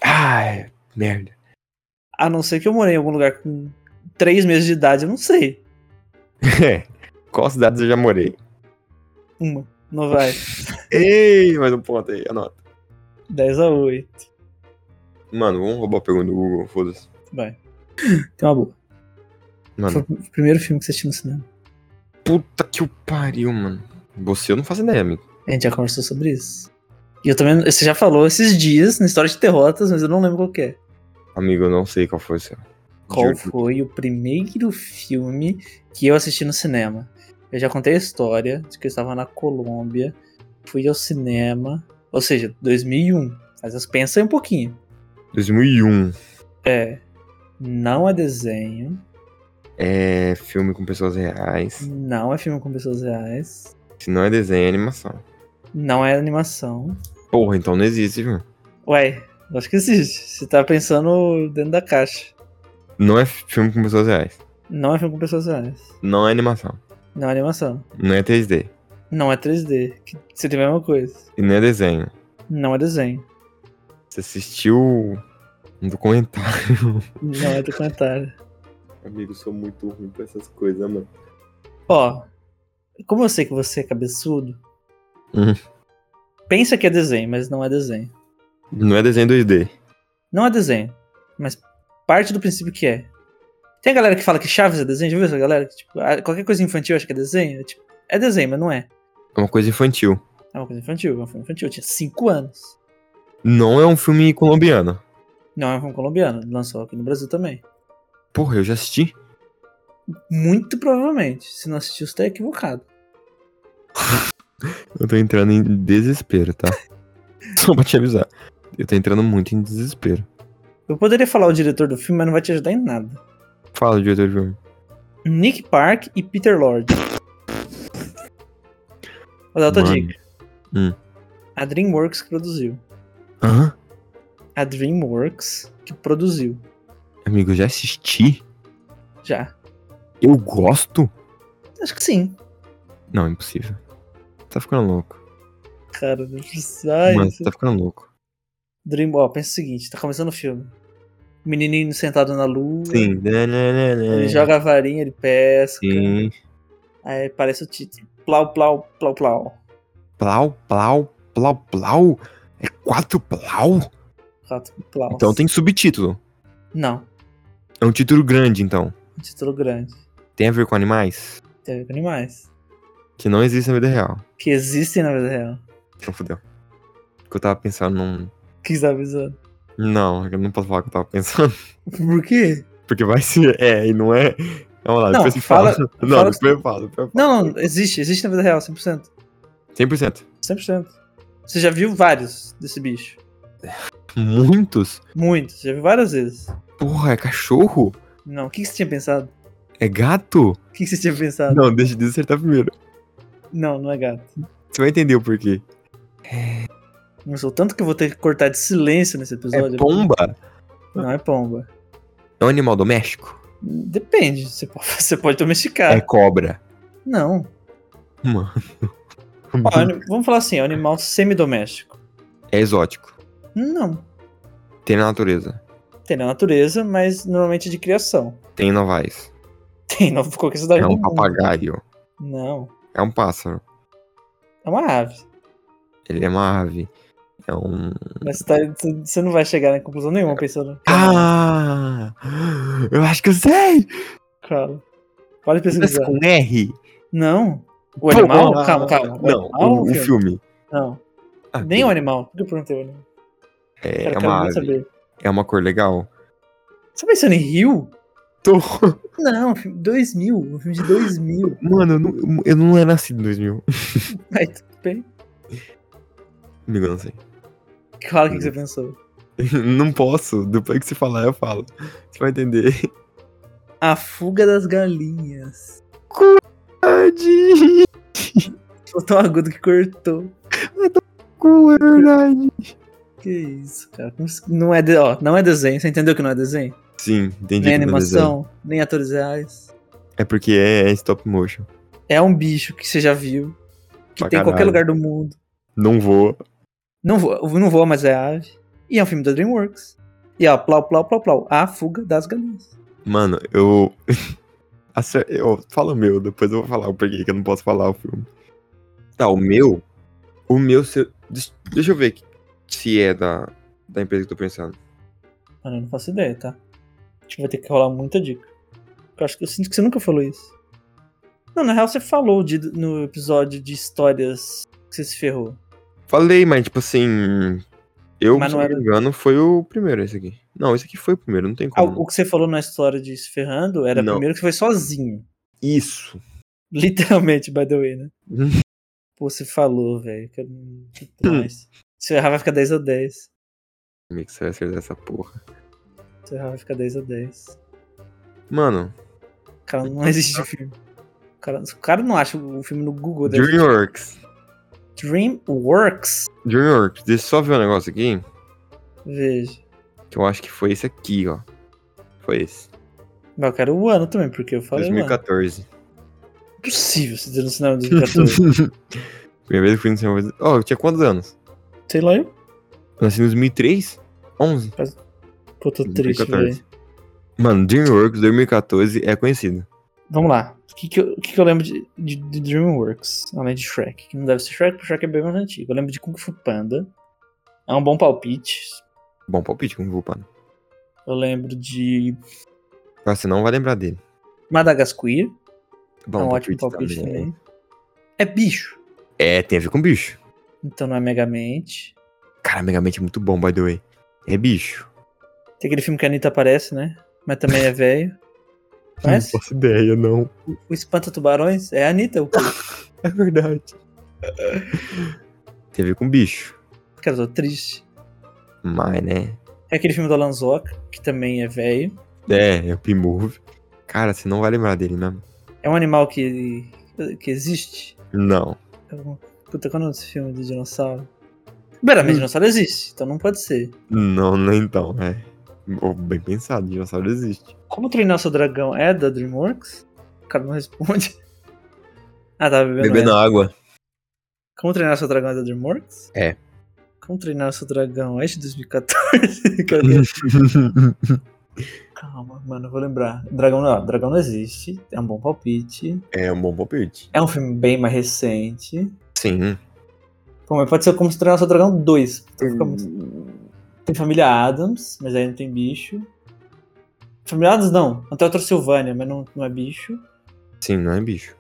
Speaker 2: Ai, merda.
Speaker 1: A não ser que eu morei em algum lugar com três meses de idade, eu não sei.
Speaker 2: É. Qual cidade eu já morei?
Speaker 1: Uma. Não vai.
Speaker 2: Ei, mais um ponto aí, anota.
Speaker 1: 10 a 8.
Speaker 2: Mano, vamos roubar a pergunta do Google, foda-se.
Speaker 1: Vai. Tem uma boa. Foi
Speaker 2: Mano,
Speaker 1: o primeiro filme que você assistiu no cinema.
Speaker 2: puta que o pariu, mano. Você eu não faço ideia, amigo.
Speaker 1: A gente já conversou sobre isso. E eu também. Você já falou esses dias na história de derrotas, mas eu não lembro qual que é.
Speaker 2: Amigo, eu não sei qual foi o seu.
Speaker 1: Qual
Speaker 2: Juro.
Speaker 1: foi o primeiro filme que eu assisti no cinema? Eu já contei a história de que eu estava na Colômbia, fui ao cinema, ou seja, 2001. Mas as pensa aí um pouquinho.
Speaker 2: 2001.
Speaker 1: É, não é desenho,
Speaker 2: É filme com pessoas reais.
Speaker 1: não é filme com pessoas reais,
Speaker 2: Se não é desenho, é animação.
Speaker 1: não é animação.
Speaker 2: Porra, então não existe, viu?
Speaker 1: Ué, eu acho que existe. Você tá pensando dentro da caixa.
Speaker 2: Não é filme com pessoas reais.
Speaker 1: Não é filme com pessoas reais.
Speaker 2: Não é animação.
Speaker 1: Não é animação.
Speaker 2: Não é 3D.
Speaker 1: Não é 3D. Que seria a mesma coisa.
Speaker 2: E não é desenho.
Speaker 1: Não é desenho.
Speaker 2: Você assistiu um documentário.
Speaker 1: Não é documentário.
Speaker 2: Amigo, sou muito ruim com essas coisas, mano.
Speaker 1: Ó, como eu sei que você é cabeçudo,
Speaker 2: Uhum.
Speaker 1: pensa que é desenho, mas não é desenho.
Speaker 2: Não é desenho 2D.
Speaker 1: Não é desenho, mas parte do princípio que é. Tem a galera que fala que Chaves é desenho, já viu essa galera? Que, tipo, ah, qualquer coisa infantil acha que é desenho. É, tipo, é desenho, mas não é.
Speaker 2: É uma coisa infantil.
Speaker 1: É uma coisa infantil, é um filme infantil. Eu tinha 5 anos.
Speaker 2: Não é um filme colombiano.
Speaker 1: Não é um filme colombiano, lançou aqui no Brasil também.
Speaker 2: Porra, eu já assisti.
Speaker 1: Muito provavelmente. Se não assistiu, você tá equivocado.
Speaker 2: Eu tô entrando em desespero, tá? Só pra te avisar. Eu tô entrando muito em desespero.
Speaker 1: Eu poderia falar o diretor do filme, mas não vai te ajudar em nada.
Speaker 2: Fala, diretor de filme.
Speaker 1: Nick Park e Peter Lord. Vou dar outra
Speaker 2: Mano.
Speaker 1: dica.
Speaker 2: Hum.
Speaker 1: A DreamWorks que produziu.
Speaker 2: Hã?
Speaker 1: A DreamWorks que produziu.
Speaker 2: Amigo, eu já assisti?
Speaker 1: Já.
Speaker 2: Eu gosto?
Speaker 1: Acho que sim.
Speaker 2: Não, impossível. Tá ficando louco.
Speaker 1: Cara, não precisa. Ai,
Speaker 2: Mano,
Speaker 1: É isso-
Speaker 2: tá ficando louco.
Speaker 1: Dream... Ó, pensa o seguinte: tá começando o filme. Menininho sentado na lua.
Speaker 2: Sim.
Speaker 1: É.
Speaker 2: Né, é.
Speaker 1: Ele joga a varinha, ele pesca.
Speaker 2: Sim.
Speaker 1: Aí aparece o título: Plau, Plau, Plau, Plau.
Speaker 2: Plau, plau, plau, plau. É quatro plau?
Speaker 1: Rato, Plau.
Speaker 2: Então tem subtítulo.
Speaker 1: Não,
Speaker 2: É um título grande, então.
Speaker 1: um título grande.
Speaker 2: Tem a ver com animais?
Speaker 1: Tem a ver com animais.
Speaker 2: Que não existe na vida real.
Speaker 1: Que existem na vida real.
Speaker 2: Então fudeu. Porque eu tava pensando num.
Speaker 1: Que tá avisando.
Speaker 2: Não, eu não posso falar o que eu tava pensando.
Speaker 1: Por quê?
Speaker 2: Porque vai ser. É, e não é. Vamos lá,
Speaker 1: Não,
Speaker 2: depois você
Speaker 1: fala-
Speaker 2: fala. Não,
Speaker 1: fala-
Speaker 2: depois eu falo. Depois eu falo.
Speaker 1: Não, não, existe, existe na vida real, 100%.
Speaker 2: 100%.
Speaker 1: 100%. Você já viu vários desse bicho.
Speaker 2: Muitos?
Speaker 1: Muitos, já viu várias vezes.
Speaker 2: Porra, é cachorro?
Speaker 1: Não, o que, que você tinha pensado?
Speaker 2: É gato?
Speaker 1: O que, que você tinha pensado?
Speaker 2: Não, deixa de acertar tá primeiro.
Speaker 1: Não, não é gato.
Speaker 2: Você vai entender o porquê.
Speaker 1: Não sou tanto que eu vou ter que cortar de silêncio nesse
Speaker 2: É
Speaker 1: episódio.
Speaker 2: pomba?
Speaker 1: Não é pomba.
Speaker 2: É um animal doméstico?
Speaker 1: Depende, você pode, você pode
Speaker 2: É Uhum.
Speaker 1: domesticar.
Speaker 2: cobra.
Speaker 1: Não.
Speaker 2: Mano.
Speaker 1: Ó, ani- vamos falar assim, é um animal semidoméstico.
Speaker 2: É exótico.
Speaker 1: Não.
Speaker 2: Tem na natureza.
Speaker 1: Tem na natureza, mas normalmente é de criação.
Speaker 2: Tem em novais.
Speaker 1: Tem, não ficou com isso daí.
Speaker 2: É um papagaio.
Speaker 1: Não.
Speaker 2: É um pássaro.
Speaker 1: É uma ave.
Speaker 2: Ele é uma ave. É um.
Speaker 1: Mas tá- você não vai chegar em conclusão nenhuma pensando.
Speaker 2: Ah! Eu acho que eu sei!
Speaker 1: Cara, pode
Speaker 2: Mas
Speaker 1: pesquisar.
Speaker 2: com R?
Speaker 1: Não. O
Speaker 2: Pô,
Speaker 1: animal?
Speaker 2: ah,
Speaker 1: Calma, calma. O
Speaker 2: Não,
Speaker 1: animal, é um
Speaker 2: o, o filme.
Speaker 1: Não.
Speaker 2: Ah,
Speaker 1: Nem o animal. Por que eu perguntei o animal?
Speaker 2: É,
Speaker 1: Cara,
Speaker 2: é
Speaker 1: eu quero
Speaker 2: uma
Speaker 1: muito
Speaker 2: ave.
Speaker 1: saber.
Speaker 2: É uma cor legal.
Speaker 1: Você tá pensando em Rio?
Speaker 2: Tô...
Speaker 1: Não, filme 2000. Um filme de 2000.
Speaker 2: Mano, eu não, eu não era nascido em 2000.
Speaker 1: Aí tudo bem.
Speaker 2: Amigo, eu não sei.
Speaker 1: Fala o que que você pensou.
Speaker 2: Não posso. Depois que você falar, eu falo. Você vai entender.
Speaker 1: A fuga das galinhas.
Speaker 2: Verdade!
Speaker 1: Foi tão agudo que cortou.
Speaker 2: Cu, é verdade.
Speaker 1: Que isso, cara. Como se- Não é, de... ó, não é desenho. Você entendeu que não é desenho?
Speaker 2: Sim, entendi.
Speaker 1: Nem
Speaker 2: que não é desenho.
Speaker 1: animação, nem atores reais.
Speaker 2: É porque é, é stop motion.
Speaker 1: É um bicho que você já viu. Que
Speaker 2: Pra
Speaker 1: tem em qualquer
Speaker 2: caralho.
Speaker 1: lugar do mundo.
Speaker 2: Não voa.
Speaker 1: Não voa, não voa, mas é ave. E é um filme da DreamWorks. E ó, plau, plau, plau, plau. A fuga das galinhas.
Speaker 2: Mano, eu. Acer... eu... Fala o meu, depois eu vou falar o porquê que eu não posso falar o filme. Tá, o meu. O meu. Se... eu- Deixa- Deixa eu ver aqui se é da... da empresa que eu tô pensando.
Speaker 1: Mano, eu não faço ideia, tá? Acho que vai ter que rolar muita dica. Eu acho que eu sinto que você nunca falou isso. Não, na real você falou de- no episódio de histórias que você se ferrou.
Speaker 2: Falei, mas tipo assim. Eu,
Speaker 1: Mas
Speaker 2: se
Speaker 1: não
Speaker 2: não
Speaker 1: era-
Speaker 2: me engano, foi o primeiro, esse aqui. Não, esse aqui foi o primeiro, não tem
Speaker 1: Ah,
Speaker 2: como.
Speaker 1: o que você falou na história de se ferrando era
Speaker 2: Não.
Speaker 1: primeiro que você foi sozinho.
Speaker 2: Isso.
Speaker 1: Literalmente, by the way, né? Pô, você falou, velho. Que, que mais. Se eu errar, vai ficar 10 ou 10.
Speaker 2: Como é que você vai acertar essa porra?
Speaker 1: Se eu errar, vai ficar 10 ou 10.
Speaker 2: Mano,
Speaker 1: O cara não existe filme. O cara, o cara não acha o filme no Google. deve-
Speaker 2: Dreamworks.
Speaker 1: Dreamworks.
Speaker 2: Dreamworks, deixa eu só ver um negócio aqui.
Speaker 1: Veja.
Speaker 2: Que eu acho que foi esse aqui, ó. Foi esse.
Speaker 1: Mas eu quero o ano também, porque eu falei, mano,
Speaker 2: 2014.
Speaker 1: é impossível você ter no cinema em 2014.
Speaker 2: Primeira vez que fui no cinema. Ó, eu tinha quantos anos?
Speaker 1: Sei lá, eu.
Speaker 2: Eu nasci em 2003? 11?
Speaker 1: Pô, tô triste,
Speaker 2: 2014.
Speaker 1: velho.
Speaker 2: Mano, Dreamworks 2014 é conhecido.
Speaker 1: Vamos lá. O que, que, eu, o que, que eu lembro de, de- de Dreamworks, além de Shrek? Que não deve ser Shrek, porque Shrek é bem mais antigo. Eu lembro de Kung Fu Panda. É um bom palpite.
Speaker 2: Bom palpite, como vou, pano.
Speaker 1: Eu lembro de
Speaker 2: Você não vai lembrar dele.
Speaker 1: Madagascar.
Speaker 2: Bom tá,
Speaker 1: é um ótimo palpite também. É bicho.
Speaker 2: É, tem a ver com bicho.
Speaker 1: Então não é Megamente.
Speaker 2: Cara, Megamente é muito bom, by the way. É bicho.
Speaker 1: Tem aquele filme que a Anitta aparece, né? Mas também é velho. Conhece?
Speaker 2: faço ideia, não.
Speaker 1: O Espanta Tubarões? É a Anitta. O...
Speaker 2: É verdade. tem a ver com bicho.
Speaker 1: Cara, eu tô triste.
Speaker 2: Mas, né?
Speaker 1: É aquele filme do Alan Zoka, que também é velho.
Speaker 2: É, é o P-Move. Cara, você não vai lembrar dele mesmo.
Speaker 1: É um animal que, que existe.
Speaker 2: Não.
Speaker 1: É um- Puta, qual é o nome desse filme do dinossauro? Pera, mas
Speaker 2: Hum.
Speaker 1: dinossauro existe, então não pode ser.
Speaker 2: Não, não então, é. Ô, Bem pensado, dinossauro existe.
Speaker 1: Como treinar seu dragão é da DreamWorks? O cara não responde. Ah, tá, bebendo.
Speaker 2: Bebendo
Speaker 1: água.
Speaker 2: água.
Speaker 1: Como treinar seu dragão é da DreamWorks?
Speaker 2: É.
Speaker 1: Como treinar seu dragão é de 2014?
Speaker 2: Hum.
Speaker 1: Cadê? Calma, mano, eu vou lembrar. Dragão não, dragão não existe. É um bom palpite.
Speaker 2: é um bom palpite.
Speaker 1: É um filme bem mais recente.
Speaker 2: Sim.
Speaker 1: Pô, mas pode ser como se treinar seu dragão 2. Então fica muito Tem Família Adams, mas aí não tem bicho. Família Adams não. Até outra Silvânia, mas não, não é bicho.
Speaker 2: Sim, não é bicho.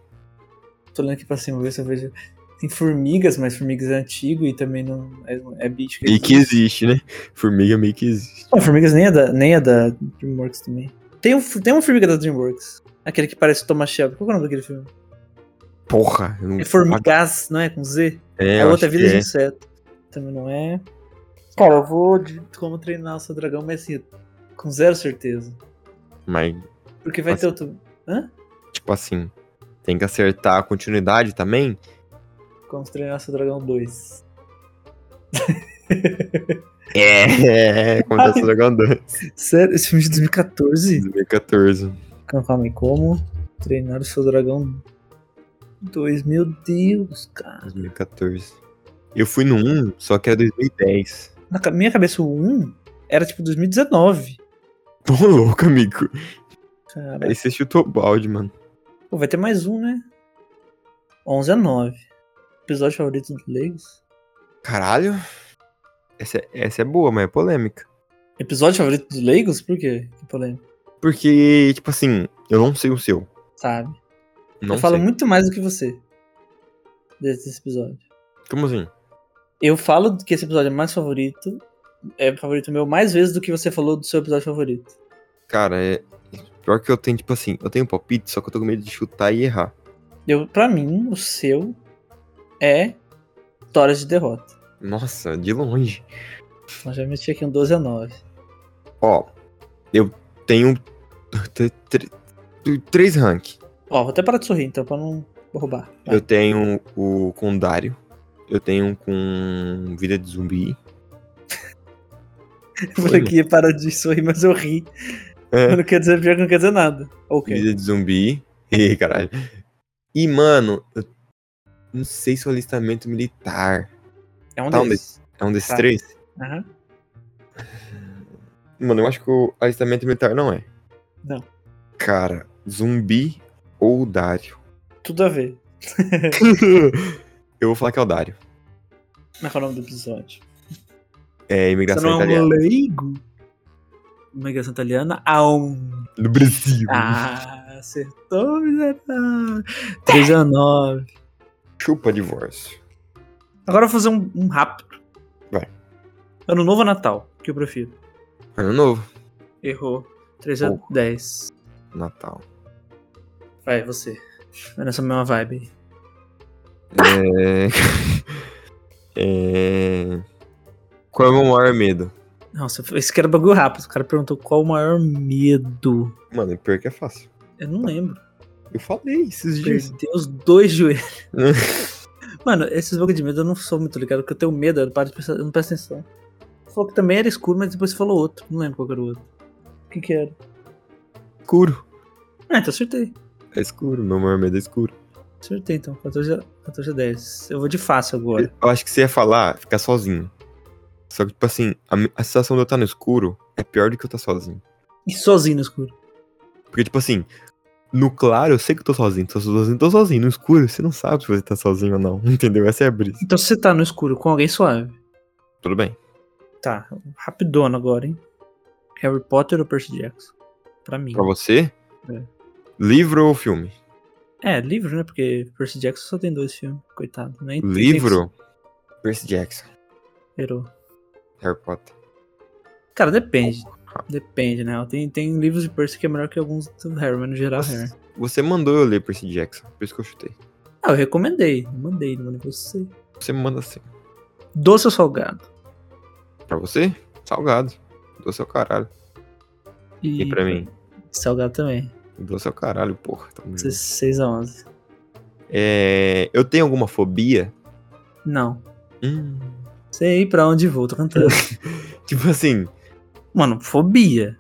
Speaker 1: Tô olhando aqui pra cima, ver se eu vejo. Tem formigas, mas formigas é antigo e também não é, é bicho.
Speaker 2: Meio que existe, né? Formiga meio que existe.
Speaker 1: Não, formigas nem é, da, nem é da DreamWorks também. Tem, um, tem uma formiga da DreamWorks. Aquele que parece o Thomas Shelby. Qual que é o nome daquele filme?
Speaker 2: Porra. eu não-
Speaker 1: É Formigas, não é? Com Z?
Speaker 2: É,
Speaker 1: É,
Speaker 2: eu
Speaker 1: outra
Speaker 2: acho que
Speaker 1: vida de
Speaker 2: é.
Speaker 1: inseto. Também não é. Cara, eu vou de como treinar o seu dragão, mas assim, com zero certeza.
Speaker 2: Mas,
Speaker 1: Porque vai
Speaker 2: Nossa.
Speaker 1: ter outro. Hã?
Speaker 2: tipo assim, tem que acertar a continuidade também.
Speaker 1: Como treinar seu dragão 2.
Speaker 2: É, como tá seu dragão dois.
Speaker 1: Sério? Esse filme de 2014?
Speaker 2: 2014.
Speaker 1: Calma, calma aí, como treinar o seu dragão 2? Meu Deus, cara.
Speaker 2: 2014. Eu fui no 1, só que é era 2010.
Speaker 1: Na ca- minha cabeça, o 1 era tipo 2019.
Speaker 2: Tô louco, amigo.
Speaker 1: Cara,
Speaker 2: Aí você chutou balde, mano.
Speaker 1: Pô, vai ter mais um, né? 11 a 9. Episódio favorito do Legos?
Speaker 2: Caralho. Essa, essa é boa, mas é polêmica.
Speaker 1: Episódio favorito do Legos? Por quê? Que polêmica.
Speaker 2: Porque, tipo assim, eu não sei o seu.
Speaker 1: Sabe?
Speaker 2: Não
Speaker 1: eu falo
Speaker 2: sei.
Speaker 1: muito mais do que você. Desse desse episódio.
Speaker 2: Como assim?
Speaker 1: Eu falo que esse episódio é mais favorito. É favorito meu mais vezes do que você falou do seu episódio favorito.
Speaker 2: Cara, é. Pior que eu tenho, tipo assim, eu tenho palpite, só que eu tô com medo de chutar e errar.
Speaker 1: Eu, pra mim, o seu é Histórias de Derrota.
Speaker 2: Nossa, de longe.
Speaker 1: Então já meti aqui um 12 a 9.
Speaker 2: Ó, eu tenho. tre- tre- Três rank.
Speaker 1: Ó, vou até parar de sorrir então, pra não roubar. Vai.
Speaker 2: Eu tenho o com Dario. Eu tenho um com Vida de Zumbi.
Speaker 1: Eu falei que ia parar de sorrir, mas eu ri.
Speaker 2: É.
Speaker 1: Eu não quero dizer pior que não quer dizer nada. Ok.
Speaker 2: Vida de zumbi. Ih, caralho. E, mano, eu não sei se o alistamento militar
Speaker 1: É um
Speaker 2: Tá,
Speaker 1: deles.
Speaker 2: é um desses
Speaker 1: Tá.
Speaker 2: três.
Speaker 1: Aham.
Speaker 2: Mano, eu acho que o alistamento militar não é.
Speaker 1: Não.
Speaker 2: Cara, zumbi ou o Dário?
Speaker 1: Tudo a ver.
Speaker 2: eu vou falar que é o Dário.
Speaker 1: Não é o nome do episódio.
Speaker 2: É
Speaker 1: Você
Speaker 2: imigração
Speaker 1: não é um
Speaker 2: italiana.
Speaker 1: leigo? Imigração italiana? Aonde?
Speaker 2: Do Brasil.
Speaker 1: Ah, acertou, miserável. 3 a 9.
Speaker 2: Chupa divórcio.
Speaker 1: Agora eu vou fazer um, um rápido.
Speaker 2: Vai.
Speaker 1: Ano Novo ou Natal? Que eu prefiro.
Speaker 2: Ano novo.
Speaker 1: Errou. 3 a
Speaker 2: Pouco.
Speaker 1: 10.
Speaker 2: Natal.
Speaker 1: Vai, você. É nessa mesma vibe.
Speaker 2: É... é... Qual é o meu maior medo?
Speaker 1: Nossa, esse que era bagulho rápido. O cara perguntou qual o maior medo.
Speaker 2: Mano, pior que é fácil.
Speaker 1: Eu não lembro.
Speaker 2: Eu falei esses dias.
Speaker 1: Perdeu os dois joelhos. Mano, esses bagulho de medo eu não sou muito ligado, porque eu tenho medo, eu não paro de prestar- eu não presto atenção. Você falou que também era escuro, mas depois você falou outro. Não lembro qual era o outro. O que que era?
Speaker 2: Escuro.
Speaker 1: Ah, então acertei.
Speaker 2: É escuro, meu maior medo é escuro.
Speaker 1: Acertei então, 14 a, 14 a 10. Eu vou de fácil agora.
Speaker 2: Eu acho que você ia falar ficar sozinho. Só que, tipo assim, a, mi- a sensação de eu estar no escuro é pior do que eu estar sozinho.
Speaker 1: E sozinho no escuro.
Speaker 2: Porque, tipo assim, no claro eu sei que eu tô sozinho, tô sozinho, tô sozinho. No escuro, você não sabe se você tá sozinho ou não, entendeu? Essa é a brisa.
Speaker 1: Então se você tá no escuro com alguém suave.
Speaker 2: Tudo bem.
Speaker 1: Tá, rapidona agora, hein? Harry Potter ou Percy Jackson? Pra mim.
Speaker 2: Pra você,
Speaker 1: É.
Speaker 2: livro ou filme?
Speaker 1: É, livro, né? Porque Percy Jackson só tem dois filmes, coitado. Nem tem-
Speaker 2: Livro? Percy Jackson,
Speaker 1: Errou.
Speaker 2: Harry Potter.
Speaker 1: Cara, depende. Depende, né? Tem, tem livros de Percy que é melhor que alguns do Harry, mas no geral é Harry.
Speaker 2: Você mandou eu ler Percy Jackson, por isso que eu chutei.
Speaker 1: Ah, eu recomendei. Não Mandei, não mandei pra você.
Speaker 2: Você me manda assim.
Speaker 1: Doce ou salgado?
Speaker 2: Pra você, salgado. Doce ao caralho. E, pra mim? Hum.
Speaker 1: Salgado também.
Speaker 2: Doce ao caralho, porra. Tamo junto.
Speaker 1: 16 a 11.
Speaker 2: É, eu tenho alguma fobia?
Speaker 1: Não.
Speaker 2: Hum,
Speaker 1: Sei pra onde vou, tô cantando.
Speaker 2: tipo assim,
Speaker 1: Mano, fobia.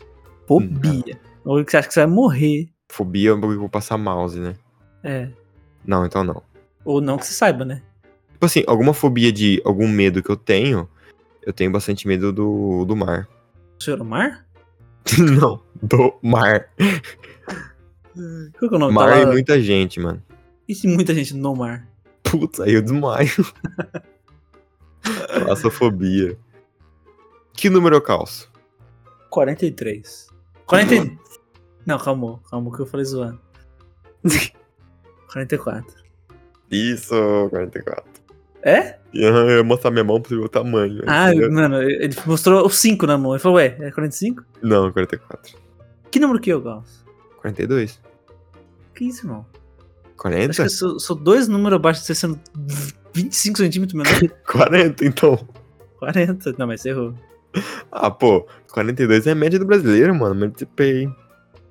Speaker 1: Fobia.
Speaker 2: Hum, é.
Speaker 1: Ou que você acha que você vai morrer.
Speaker 2: fobia é um bagulho que eu vou passar mouse, né?
Speaker 1: É.
Speaker 2: Não, então não.
Speaker 1: Ou não que você saiba, né?
Speaker 2: Tipo assim, alguma fobia de algum medo que eu tenho, eu tenho bastante medo do, do mar.
Speaker 1: O senhor Omar?
Speaker 2: não, do mar.
Speaker 1: Qual que é o nome
Speaker 2: mar
Speaker 1: Tá
Speaker 2: e
Speaker 1: lá-
Speaker 2: muita gente, mano.
Speaker 1: E se muita gente no mar?
Speaker 2: Putz, aí eu desmaio. Claustrofobia. Que número eu calço?
Speaker 1: 43. 40... Não, calma, calma que eu falei zoando. 44.
Speaker 2: Isso, 44.
Speaker 1: É?
Speaker 2: Eu ia mostrar minha mão pro seu tamanho.
Speaker 1: Ah,
Speaker 2: entendeu?
Speaker 1: mano, ele mostrou o 5 na mão. Ele falou, ué, é 45?
Speaker 2: Não, 44.
Speaker 1: Que número que eu gosto?
Speaker 2: 42.
Speaker 1: Que isso, irmão? Acho
Speaker 2: 40?
Speaker 1: que eu sou, sou dois números abaixo de você sendo 25 centímetros menor que
Speaker 2: 40, então.
Speaker 1: 40. Não, mas você errou.
Speaker 2: Ah, pô, 42 é a média do brasileiro, mano. Participei, hein?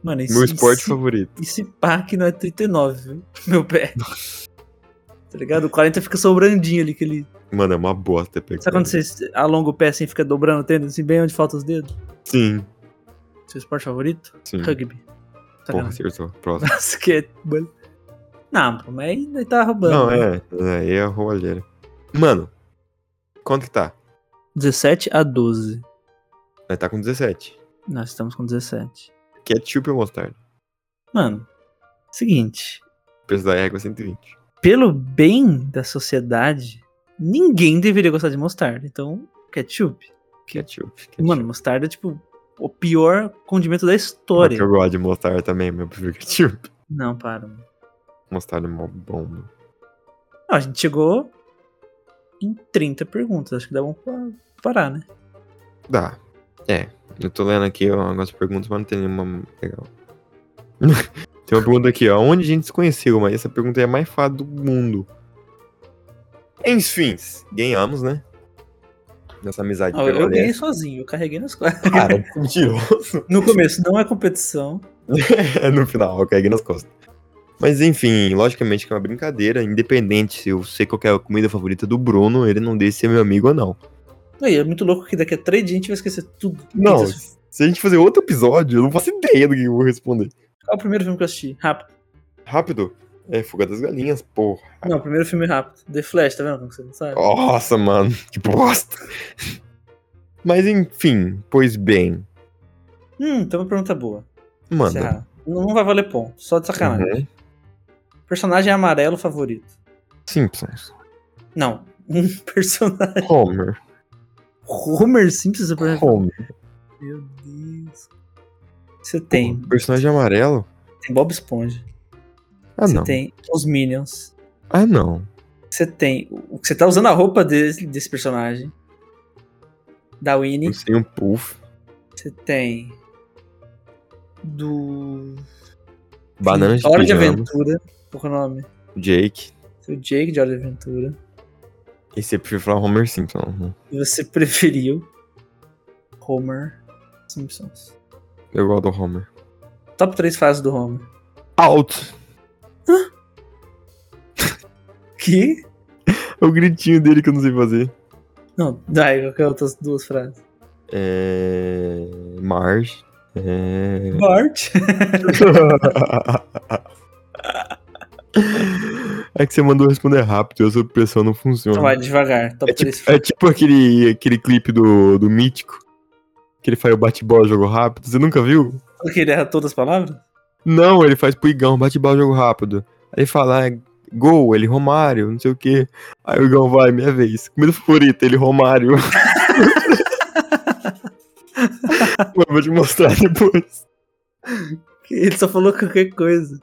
Speaker 1: Mano, isso
Speaker 2: Meu esporte
Speaker 1: se,
Speaker 2: favorito.
Speaker 1: E se pá que não é 39, viu? Meu pé. tá ligado? O 40 fica sobrandinho ali, que ele.
Speaker 2: Mano, é uma bosta ter pego.
Speaker 1: Sabe quando você alonga o pé assim, fica dobrando o tênis, assim, bem onde falta os dedos?
Speaker 2: Sim,
Speaker 1: Seu esporte favorito?
Speaker 2: sim.
Speaker 1: Rugby.
Speaker 2: Hum.
Speaker 1: Tá
Speaker 2: Porra,
Speaker 1: Sacanagem.
Speaker 2: acertou. Próximo.
Speaker 1: Basquetebol. Não, pô, mas aí ele tá roubando.
Speaker 2: Não,
Speaker 1: né?
Speaker 2: é. é, Aí é a roubalheira. Mano, quanto que tá?
Speaker 1: 17 a 12.
Speaker 2: Nós tá com 17.
Speaker 1: Nós estamos com 17.
Speaker 2: Ketchup ou mostarda?
Speaker 1: Mano, seguinte.
Speaker 2: Preço da régua é 120.
Speaker 1: Pelo bem da sociedade, ninguém deveria gostar de mostarda. Então, ketchup.
Speaker 2: Ketchup. ketchup.
Speaker 1: Mano, mostarda é tipo o pior condimento da
Speaker 2: Mas
Speaker 1: história.
Speaker 2: que eu gosto de mostarda também, meu prefiro ketchup.
Speaker 1: Não, para. Não,
Speaker 2: Mostarda é mó bom. mano.
Speaker 1: a gente chegou em 30 perguntas. Acho que dá bom pra parar, né?
Speaker 2: Dá. É. Eu tô lendo aqui ó, algumas perguntas, mas não tem nenhuma legal. tem uma pergunta aqui, ó. Onde a gente se conheceu? Mas essa pergunta é a mais fada do mundo. Enfim, ganhamos, né? Nossa amizade
Speaker 1: Ó, eu ganhei
Speaker 2: prevalece.
Speaker 1: sozinho, eu carreguei nas costas.
Speaker 2: Cara, que mentiroso.
Speaker 1: No começo não é competição.
Speaker 2: É, no final, eu caí nas costas. Mas enfim, logicamente que é uma brincadeira, independente se eu sei qual que é a comida favorita do Bruno, ele não deixa ser meu amigo ou não.
Speaker 1: Aí, é muito louco que daqui a três dias a gente vai esquecer tudo.
Speaker 2: Não.
Speaker 1: Pizza.
Speaker 2: Se a gente fazer outro episódio, eu não faço ideia do que eu vou responder.
Speaker 1: Qual é o primeiro filme que eu assisti? Rápido.
Speaker 2: Rápido? É Fuga das Galinhas, porra.
Speaker 1: Não, o primeiro filme rápido. The Flash, tá vendo como você não sabe?
Speaker 2: Nossa, mano, que bosta. Mas enfim, pois bem.
Speaker 1: Hum, então uma pergunta boa.
Speaker 2: Manda.
Speaker 1: Encerrar. Não vai valer ponto, só de é sacanagem.
Speaker 2: Uhum.
Speaker 1: Personagem amarelo favorito?
Speaker 2: Simpsons.
Speaker 1: Não, um personagem.
Speaker 2: Homer.
Speaker 1: Homer Simpson é personagem.
Speaker 2: Homer.
Speaker 1: Meu Deus. Você tem.
Speaker 2: Personagem amarelo?
Speaker 1: Tem Bob Esponja.
Speaker 2: Ah,
Speaker 1: você
Speaker 2: não.
Speaker 1: tem os Minions.
Speaker 2: Ah, não.
Speaker 1: Você tem. o- Você tá usando a roupa desse, desse personagem. Da Winnie.
Speaker 2: Eu sei um puff.
Speaker 1: Você tem. Do.
Speaker 2: Banana de
Speaker 1: Hora de
Speaker 2: pijama.
Speaker 1: Aventura. Qual que é o nome?
Speaker 2: Jake.
Speaker 1: Seu Jake de Hora de Aventura.
Speaker 2: E você prefere falar Homer Simpson. né?
Speaker 1: E você preferiu Homer Simpsons.
Speaker 2: Eu gosto do Homer.
Speaker 1: Top 3 fases do Homer.
Speaker 2: Alto!
Speaker 1: Que?
Speaker 2: É O gritinho dele que eu não sei fazer.
Speaker 1: Não, daí qualquer outras duas frases.
Speaker 2: É. Marge. É.
Speaker 1: Bart.
Speaker 2: é que você mandou responder rápido e a sua pressão não funciona.
Speaker 1: Então vai devagar. Top
Speaker 2: É tipo,
Speaker 1: 3
Speaker 2: é tipo aquele, aquele clipe do, do Mítico, que ele faz o bate-bola, jogo rápido. Você nunca viu?
Speaker 1: Porque ele erra todas as palavras?
Speaker 2: Não, ele faz pro Igão, bate-bola, jogo rápido. Aí ele fala, ah, gol, ele Romário, não sei o quê. Aí o Igão vai, minha vez. Comida favorita, ele Romário. Mas vou te mostrar depois.
Speaker 1: Ele só falou qualquer coisa.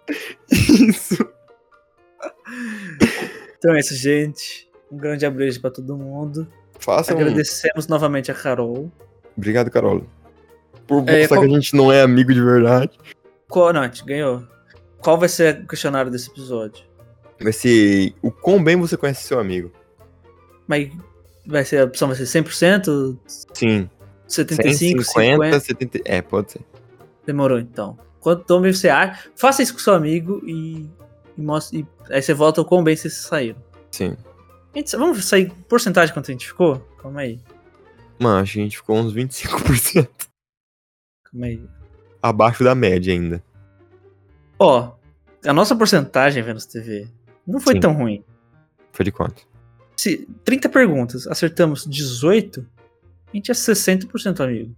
Speaker 2: Isso.
Speaker 1: Então é isso, gente. Um grande abraço pra todo mundo.
Speaker 2: Faça um...
Speaker 1: Agradecemos novamente a Carol.
Speaker 2: Obrigado, Carol. Por
Speaker 1: É,
Speaker 2: mostrar
Speaker 1: qual-
Speaker 2: que a gente não é amigo de verdade.
Speaker 1: Qual, não, a gente ganhou. Qual vai ser o questionário desse episódio?
Speaker 2: Vai ser o quão bem você conhece seu amigo.
Speaker 1: Mas vai ser, a opção vai ser 100%,
Speaker 2: Sim.
Speaker 1: 75,
Speaker 2: 150,
Speaker 1: 50.
Speaker 2: 70. É, pode ser.
Speaker 1: Demorou, então. Quanto tão bem você acha, faça isso com seu amigo e, e mostra, e aí você volta o quão bem vocês saíram.
Speaker 2: Sim.
Speaker 1: Gente, vamos sair porcentagem quanto a gente ficou? Calma aí,
Speaker 2: Mano, acho que a gente ficou uns 25%
Speaker 1: calma aí.
Speaker 2: abaixo da média ainda.
Speaker 1: Ó, a nossa porcentagem, Vênus TV, não foi
Speaker 2: Sim.
Speaker 1: tão ruim.
Speaker 2: Foi de quanto?
Speaker 1: Se 30 perguntas, acertamos 18, a gente é 60% amigo.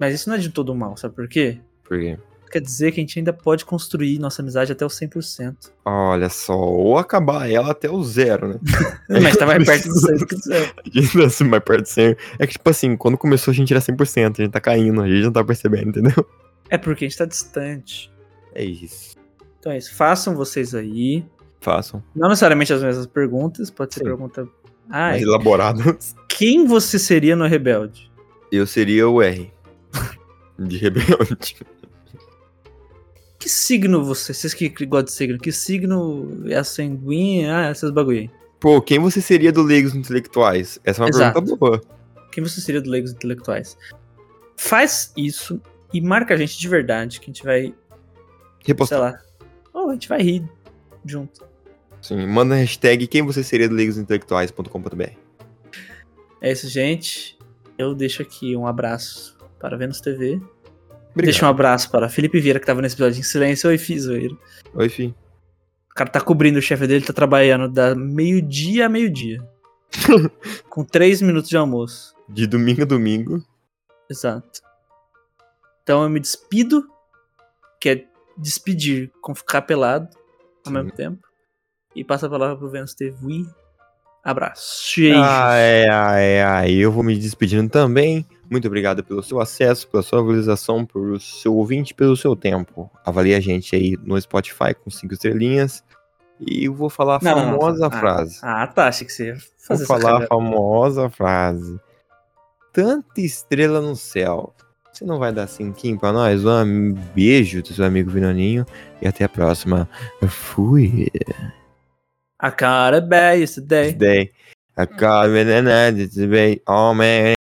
Speaker 1: Mas isso não é de todo mal, sabe por quê?
Speaker 2: Por quê?
Speaker 1: Quer dizer que a gente ainda pode construir nossa amizade até o 100%.
Speaker 2: Olha só, ou acabar ela até o zero, né?
Speaker 1: Mas tá mais perto do 100 que do zero.
Speaker 2: A gente não é assim, mais perto do 100. É que, tipo assim, quando começou a gente era 100%, a gente tá caindo, a gente não tá percebendo, entendeu?
Speaker 1: É porque a gente tá distante.
Speaker 2: É isso.
Speaker 1: Então é isso, façam vocês aí.
Speaker 2: Façam.
Speaker 1: Não necessariamente as mesmas perguntas, pode ser
Speaker 2: Sim.
Speaker 1: pergunta...
Speaker 2: Mais
Speaker 1: Ai,
Speaker 2: elaborados.
Speaker 1: quem você seria no Rebelde?
Speaker 2: Eu seria o R. De rebelde.
Speaker 1: Que signo você... Vocês que gostam de signo, que signo é a sanguinha? Ah, essas bagulho aí.
Speaker 2: Pô, quem você seria do Leigos Intelectuais? Essa é uma
Speaker 1: Exato.
Speaker 2: pergunta boa.
Speaker 1: quem você seria do Leigos Intelectuais. Faz isso e marca a gente de verdade, que a gente vai, sei
Speaker 2: Repostar.
Speaker 1: lá, ou a gente vai rir junto.
Speaker 2: Sim, assim, manda a hashtag quem você seria do leigosintelectuais.com.br.
Speaker 1: É isso, gente. Eu deixo aqui um abraço para a Vênus TV. Deixo um abraço para Felipe Vieira, que tava nesse episódio em silêncio. Oi, fiz, Zoeiro.
Speaker 2: Oi, fi.
Speaker 1: O cara tá cobrindo o chefe dele, tá trabalhando da meio-dia a meio-dia. com três minutos de almoço.
Speaker 2: De domingo a domingo.
Speaker 1: Exato. Então eu me despido, que é despedir com ficar pelado ao
Speaker 2: Sim.
Speaker 1: mesmo tempo. E passo a palavra pro Vênus TV. Abraço. Cheio.
Speaker 2: Ai, ai, ai. Eu vou me despedindo também. Muito obrigado pelo seu acesso, pela sua visualização, pelo seu ouvinte, pelo seu tempo. Avalie a gente aí no Spotify com cinco estrelinhas. E eu vou falar a
Speaker 1: Não, não, não.
Speaker 2: famosa
Speaker 1: Ah,
Speaker 2: frase.
Speaker 1: Ah, tá. Achei que você ia fazer
Speaker 2: vou
Speaker 1: essa
Speaker 2: falar
Speaker 1: falar...
Speaker 2: a famosa frase. Tanta estrela no céu. Você não vai dar cinquinho pra nós? Um beijo do seu amigo Vinoninho. E até a próxima. Fui.
Speaker 1: A cara é bad yesterday.
Speaker 2: né, Today. I got me an end today. Oh man.